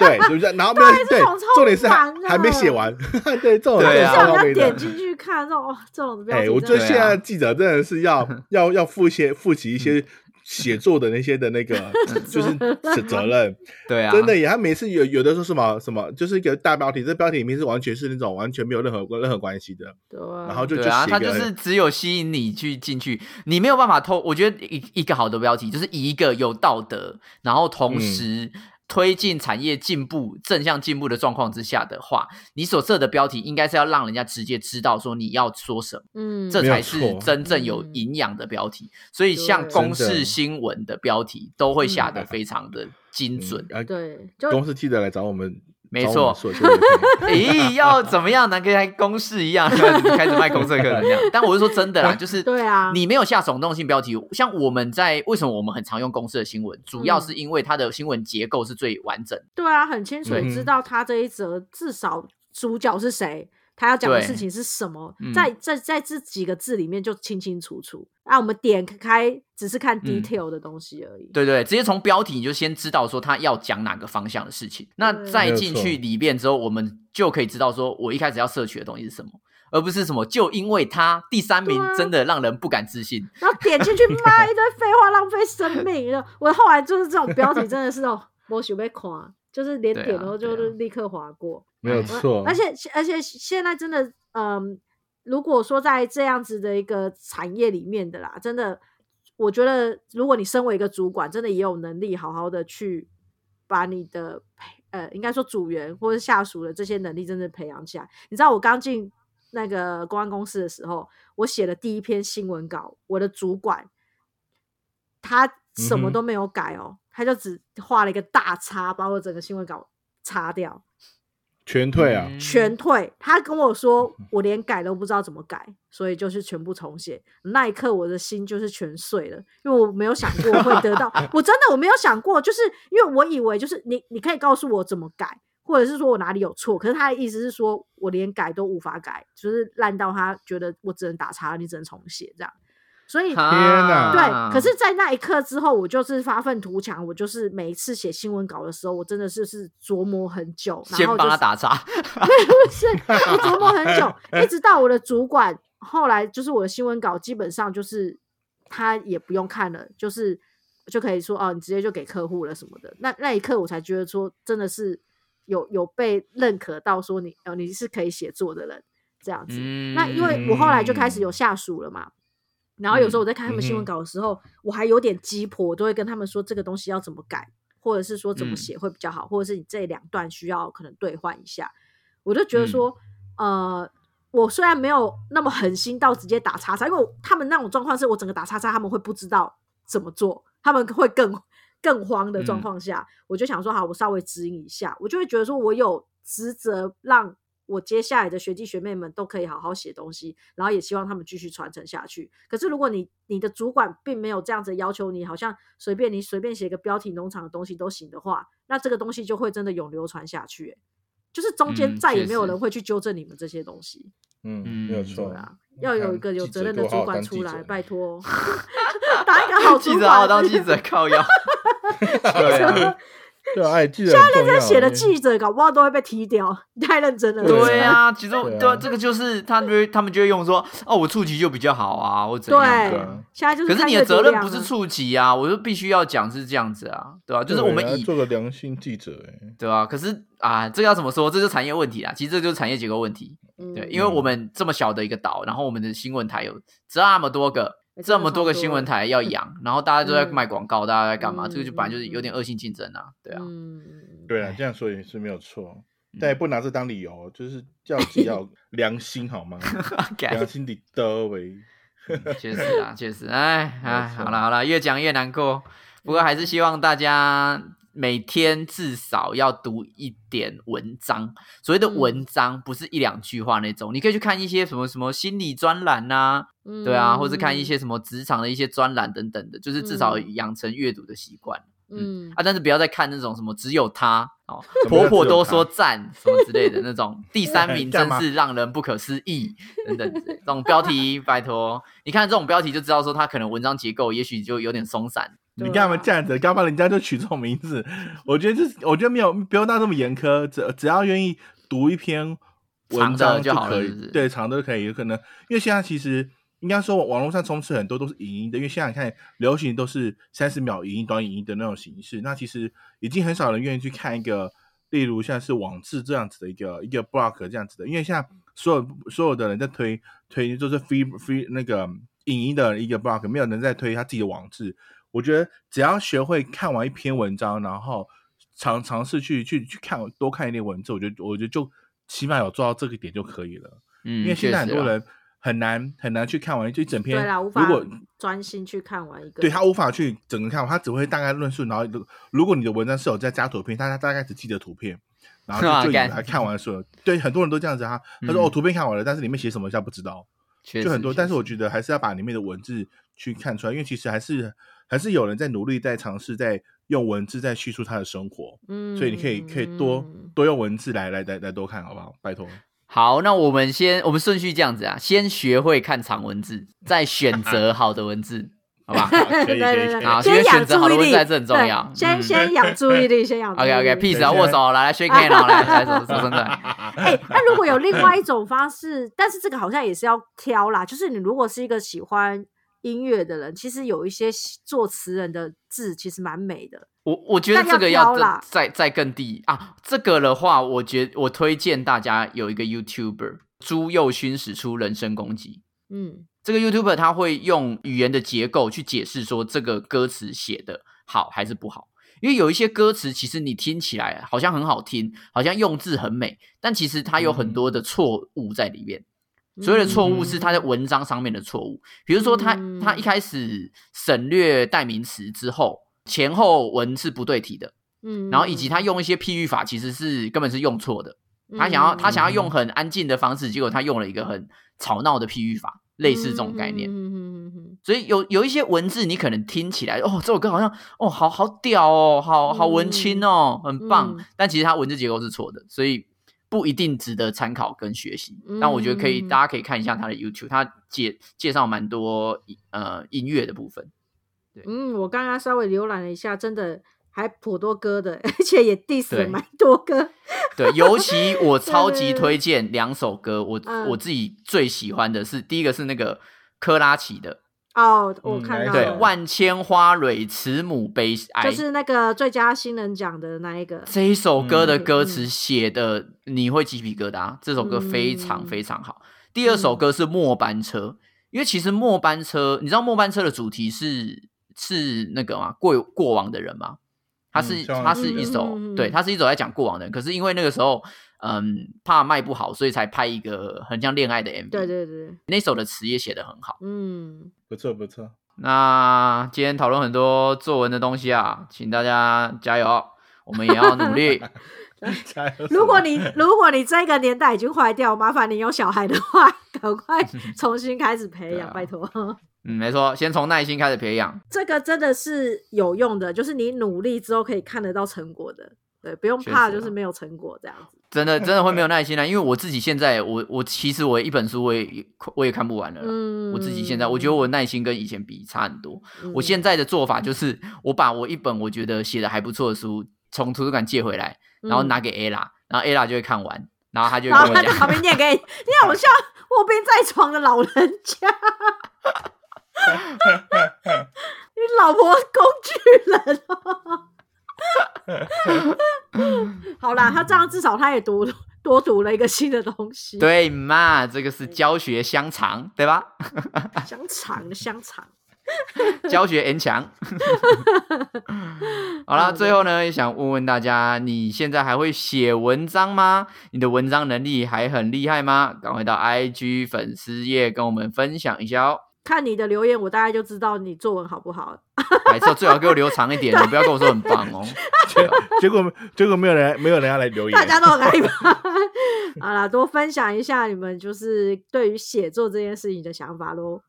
A: 对，就是然后没有
B: 啊这
A: 对
B: 种超，
A: 重点是还
B: 烦的
A: 还没写完， 对，这种
C: 对
A: 这
C: 啊
A: 种
B: 叫
A: 超倒
B: 人家
A: 霉
B: 点
A: 的。
B: 进去看，这种哦，这种标
A: 哎、
B: 题
A: 我
B: 真
A: 觉得
B: 的
A: 现
C: 对啊
A: 在记者真的是要 要要负一些负起一
B: 嗯
A: 些写作的那些的 那个就是责责任，
C: 对啊，
A: 真的耶。他每次有有的说什么什么，就是一个大标题，这标题里面是完全是那种完全没有任何任何关系的，
B: 对啊，
A: 然后就
C: 对
A: 就
C: 啊，
A: 写
C: 他
A: 一
C: 就
A: 个
C: 是只有吸引你去进去，你没有办法透。我觉得一一个好的标题，就是以一个有道德，然后同
A: 嗯
C: 时推进产业进步、正向进步的状况之下的话，你所设的标题应该是要让人家直接知道说你要说什么，
B: 嗯，
C: 这
A: 没有
C: 才是
A: 错
C: 真正有
B: 嗯
C: 营养的标题。所以像
B: 对
C: 公
A: 真的
C: 示新闻的标题都会下得
A: 嗯
C: 非常的精准。
A: 嗯啊
B: 对，就
A: 公司记者来找我们，
C: 没
A: 找我
C: 错
A: 们 说就 OK
C: 诶，要怎么样能跟公式一样开始卖公社课程这样？但我是说真 的啦，就是
B: 对啊
C: 你没有下耸动性标题，像我们在为什么我们很常用公式的新闻，主
B: 嗯
C: 要是因为它的新闻结构是最完整的。
B: 对啊，很清楚地
A: 嗯
B: 知道他这一则至少主角是谁，他要讲的
C: 对
B: 事情是什么
C: 嗯，
B: 在在在这几个字里面就清清楚楚。那、我们点开只是看 detail 的东西而已。
C: 嗯对对，直接从标题你就先知道说他要讲哪个方向的事情，那
B: 对
C: 再
A: 没有
C: 进
A: 错
C: 去里面之后，我们就可以知道说我一开始要摄取的东西是什么，而不是什么就因为他第三名
B: 对啊
C: 真的让人不敢置信。
B: 然后点 进去，妈一堆废话，浪费生命。我后来就是这种标题真的是哦，我准备垮。就是连
C: 对
B: 点
C: 啊
B: 头就
C: 对啊
B: 立刻划过。
A: 没有
C: 哎
A: 错，
B: 而且而且现在真的，嗯，如果说在这样子的一个产业里面的啦，真的，我觉得如果你身为一个主管，真的也有能力好好的去把你的培呃，应该说组员或者下属的这些能力真的培养起来。你知道我刚进那个公安公司的时候，我写的第一篇新闻稿，我的主管他什
A: 嗯
B: 么
A: 哼
B: 都没有改哦，他就只画了一个大叉，把我整个新闻稿擦掉。
A: 全退啊，
C: 嗯
B: 全退。他跟我说，我连改都不知道怎么改，所以就是全部重写。那一刻，我的心就是全碎了，因为我没有想过会得 到，我真的我没有想过，就是因为我以为就是你，你可以告诉我怎么改，或者是说我哪里有错。可是他的意思是说我连改都无法改，就是烂到他觉得我只能打叉，你只能重写这样。所以
A: 哪
B: 对，可是，在那一刻之后，我就是发愤图强，我就是每一次写新闻稿的时候，我真的是是琢磨很久，然
C: 先
B: 后就
C: 帮他
B: 是
C: 打杂，
B: 不是，我琢磨很久，一直到我的主管后来就是我的新闻稿，基本上就是他也不用看了，就是就可以说哦，你直接就给客户了什么的。那那一刻我才觉得说，真的是有有被认可到说你哦你是可以写作的人这样子。
C: 嗯
B: 那因为我后来就开始有下属了嘛。然后有时候我在看他们新
A: 嗯
B: 闻
A: 嗯哼
B: 稿的时候，我还有点鸡婆，我都会跟他们说这个东西要怎么改，或者是说怎么
C: 嗯
B: 写会比较好，或者是你这两段需要可能兑换一下。我就觉
C: 嗯
B: 得说，呃，我虽然没有那么狠心到直接打叉叉，因为我他们那种状况是我整个打叉叉，他们会不知道怎么做，他们会更更慌的状
C: 嗯
B: 况下，我就想说，好，我稍微指引一下，我就会觉得说我有职责让。我接下来的学弟学妹们都可以好好写东西，然后也希望他们继续传承下去。可是如果你你的主管并没有这样子要求你，好像随便你随便写个标题农场的东西都行的话，那这个东西就会真的永流传下去、欸就是中间
C: 嗯
B: 再也
C: 确
B: 没有
C: 实
B: 人会去纠正你们这些东西。
A: 嗯，没有
C: 嗯
A: 错
B: 对啊，要有一个有责任的主管出来，拜托， 打一个好
C: 记
B: 主
C: 者好
B: 管。
C: 当记者靠腰，对啊，
A: 对啊，哎，记得现在认
B: 他写的记者搞不好都会被踢掉，你太认真了。
C: 对啊，其实我
A: 对啊
C: 对啊，这个就是他们就会他们就会用说，哦，我触及就比较好啊，我怎
B: 对
C: 样的啊。，
B: 现在就是
C: 可是
B: 看
C: 你的
B: 阅读
C: 责任
B: 量
C: 不是
B: 啊
C: 触及啊，我就必须要讲是这样子啊，对
A: 嗯
C: 吧？就是我们以
A: 做个良心记者，哎，
C: 对吧？可是啊，这个要怎么说？这就是产业问题啊，其实这就是产业结构问题。
B: 嗯
C: 对，因为我们这么小的一个岛，然后我们的新闻台有这么多个
B: 哎真的
C: 这么多个
B: 超多
C: 新闻
B: 的
C: 台要 养，然后大家都在
B: 嗯
C: 卖广告，大家在干嘛？
B: 嗯
C: 这个就本来就是
B: 嗯
C: 有点恶性竞争啊，对啊，
B: 嗯，
A: 对
C: 哎
A: 啊，这样说也是没有错，
C: 嗯
A: 但 也不拿这当理由，就是要自己要有良心 好吗？良
C: 感
A: 心的德为，
C: 确实啊，确实，哎哎，
A: 没错
C: 好了好了，越讲越难过。不过还是希望大家每天至少要读一点文章。所谓的
B: 嗯
C: 文章，不是一两句话那种，你可以去看一些什么什么心理专栏呐、
B: 嗯
C: 对啊，或是看一些什么职场的一些专栏等等的，就是至少
B: 嗯
C: 养成阅读的习惯。
B: 嗯
C: 啊，但是不要再看那种什么只有他哦，
A: 什么
C: 婆
A: 叫
C: 婆
A: 只有
C: 都
A: 他
C: 说赞什么之类的那种，第三名
A: 干
C: 真
A: 嘛
C: 是让人不可思议等等之类这种标题，拜托，你看这种标题就知道说他可能文章结构也许就有点松散，
A: 你
B: 对
A: 干嘛
B: 啊
A: 这样子？干嘛人家就取这种名 字？我觉得这是，我觉得没有不用到这么严苛，只只要愿意读一篇文
C: 长
A: 章
C: 的就好了
A: 可以，
C: 是不是
A: 对，长的就可以。有可能因为现在其实应该说网络上充斥很多都是影音的，因为现在你看流行都是三十秒影音、短影音的那种形式，那其实已经很少人愿意去看一个，例如像是网志这样子的一个一个 blog 这样子的，因为现在所有所有的人在推推就是 free free 那个影音的一个 blog，没有人在推他自己的网志。我觉得只要学会看完一篇文章，然后尝尝试去去去看多看一点文字，我觉得我觉得就起码有做到这个点就可以了。
C: 嗯，
A: 因为现在
C: 确
A: 很
C: 实
A: 多
C: 啊
A: 人很难很难去看完就一整篇，
B: 对啦，无
A: 如
B: 法
A: 果
B: 专心去看完一个，
A: 对他无法去整个看完，他只会大概论述，然后如如果你的文章是有在加图片，大家大概只记得图片。然后就就以为
C: 干
A: 他看完所有，对很多人都这样子啊。他说、
C: 啊嗯
A: 哦，图片看完了，但是里面写什么他不知道。
C: 确实
A: 就很多，
C: 确
A: 但是
C: 实
A: 我觉得还是要把里面的文字去看出来，因为其实还是还是有人在努力，在尝试，在用文字在叙述他的生活，
B: 嗯，
A: 所以你可以可以多多用文字来来来来多看，好不好？ 拜托，
C: 好，那我们先我们顺序这样子啊，先学会看长文字，再选择好的文字，好吧？
A: 可以可
B: 对
A: 以
B: 对对，
A: 可以
C: 好
B: 先
C: 所以
B: 养
C: 选择好的
B: 注意
C: 文
B: 力
C: 字还是很重
B: 对
C: 要
B: 先
C: 嗯
B: 先养注意力，先养注意
C: OK OK，
B: 力
C: peace
A: 对
C: 啊，握手来来 shake hand 啊，来来手手伸出来。
B: 哎、那如果有另外一种方式，但是这个好像也是要挑啦，就是你如果是一个喜欢音乐的人，其实有一些作词人的字其实蛮美的。
C: 我我觉得
B: 但要
C: 这个
B: 挑
C: 要
B: 啦
C: 再再再更低啊！这个的话，我觉我推荐大家有一个 YouTuber 朱佑勋使出人身攻击。
B: 嗯
C: 这个 YouTuber 他会用语言的结构去解释说这个歌词写的好还是不好，因为有一些歌词其实你听起来好像很好听，好像用字很美，但其实它有很多的错误在里面。所谓的错误是他在文章上面的错误，比如说他
B: 嗯
C: 他一开始省略代名词之后，前后文是不对题的，
B: 嗯
C: 然后以及他用一些譬喻法其实是根本是用错的，他想
B: 嗯
C: 要他想要用很安静的方式，结果他用了一个很吵闹的譬喻法，类似这种概念。
B: 嗯嗯嗯
C: 所以有有一些文字，你可能听起来哦，这首歌好像哦，好好屌哦，好好文青哦，很棒。
B: 嗯
C: 但其实它文字结构是错的，所以不一定值得参考跟学习。但我觉得可以，
B: 嗯
C: 大家可以看一下他的 YouTube，他介介绍蛮多呃音乐的部分。
B: 嗯，我刚刚稍微浏览了一下，真的还颇多歌的，而且也 diss 了
C: 对
B: 蛮多歌。
C: 对，尤其我超
B: 对对
C: 级
B: 对
C: 推荐两首歌，我、
B: 嗯
C: 我自己最喜欢的是第一个是那个科拉奇的，
B: 哦，我
A: 嗯
B: 看
A: 哪一
B: 到
C: 对
A: 首
B: 了，
A: 嗯
C: 万千花蕊慈母悲哀，
B: 就是那个最佳新人奖的那一个。
C: 这一首歌的
B: 嗯
C: 歌词写的你会鸡皮疙瘩，这首歌非常
B: 嗯
C: 非常好。第二首歌是末班车，因为其实末班车，你知道末班车的主题是是那个吗？过过往的人吗？它是、
A: 嗯向往
C: 它
A: 的
C: 是一
B: 人
C: 首、
B: 嗯嗯嗯
C: 对，它是一首在讲过往的人。可是因为那个时候，嗯，怕卖不好，所以才拍一个很像恋爱的 MV。
B: 对，对对，
C: 那首的词也写得很好。
B: 嗯，
A: 不错不错，
C: 那今天讨论很多作文的东西啊，请大家加油，我们也要努 力。
A: 加油！
B: 哎如 果你如果你这个年代已经坏掉，麻烦你有小孩的话， 赶快重新开始培
C: 对
B: 养，
C: 啊
B: 拜托。
C: 嗯，没错，先从耐心开始培养。
B: 这个真的是有用的，就是你努力之后可以看得到成果的，对，不用
C: 确
B: 怕
C: 实啊
B: 就是没有成果这样子。
C: 真 的，真的会没有耐心啦，啊因为我自己现在，我我其实我一本书我也我也看不完了啦。
B: 嗯，
C: 啊我自己现在，我觉得我耐心跟以前比差很多。
B: 嗯
C: 我现在的做法就是，我把我一本我觉得写的还不错的书从图书馆借回来，然后拿，给 Ella，然后 Ella 就会看完，然后她就会
B: 嗯然
C: 跟
B: 后
C: 我
B: 他在
C: 讲，
B: 旁边念给你，你好像卧病在床的老人家，你老婆工具人哦。好啦，他这样至少他也读多读了一个新的东西。，
C: 对嘛，这个是教学香肠，对吧？啊
B: 香肠香肠，
C: 教学延强。 好啦，
B: 嗯
C: 最后呢，也想问问大家，你现在还会写文章吗？你的文章能力还很厉害吗？赶快到 IG 粉丝页跟我们分享一下哦。
B: 看你的留言，我大概就知道你作文好不好。
C: 还是最好给我留长一点，你不要跟我说很棒哦。
A: 结果结果没有人没有人要来留言
B: 大，家都很害怕。 好啦，多分享一下你们就是对于写作这件事情的想法喽。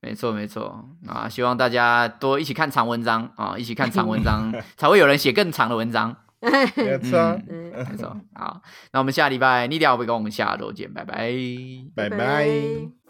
C: 没错没错啊，希望大家多一起看长文章啊，一起看长文章，才会有人写更长的文章。
A: 没错，
B: 嗯，
C: 没错，好，那我们下礼拜你聊，我们跟我们下周见，拜拜。
A: 拜拜。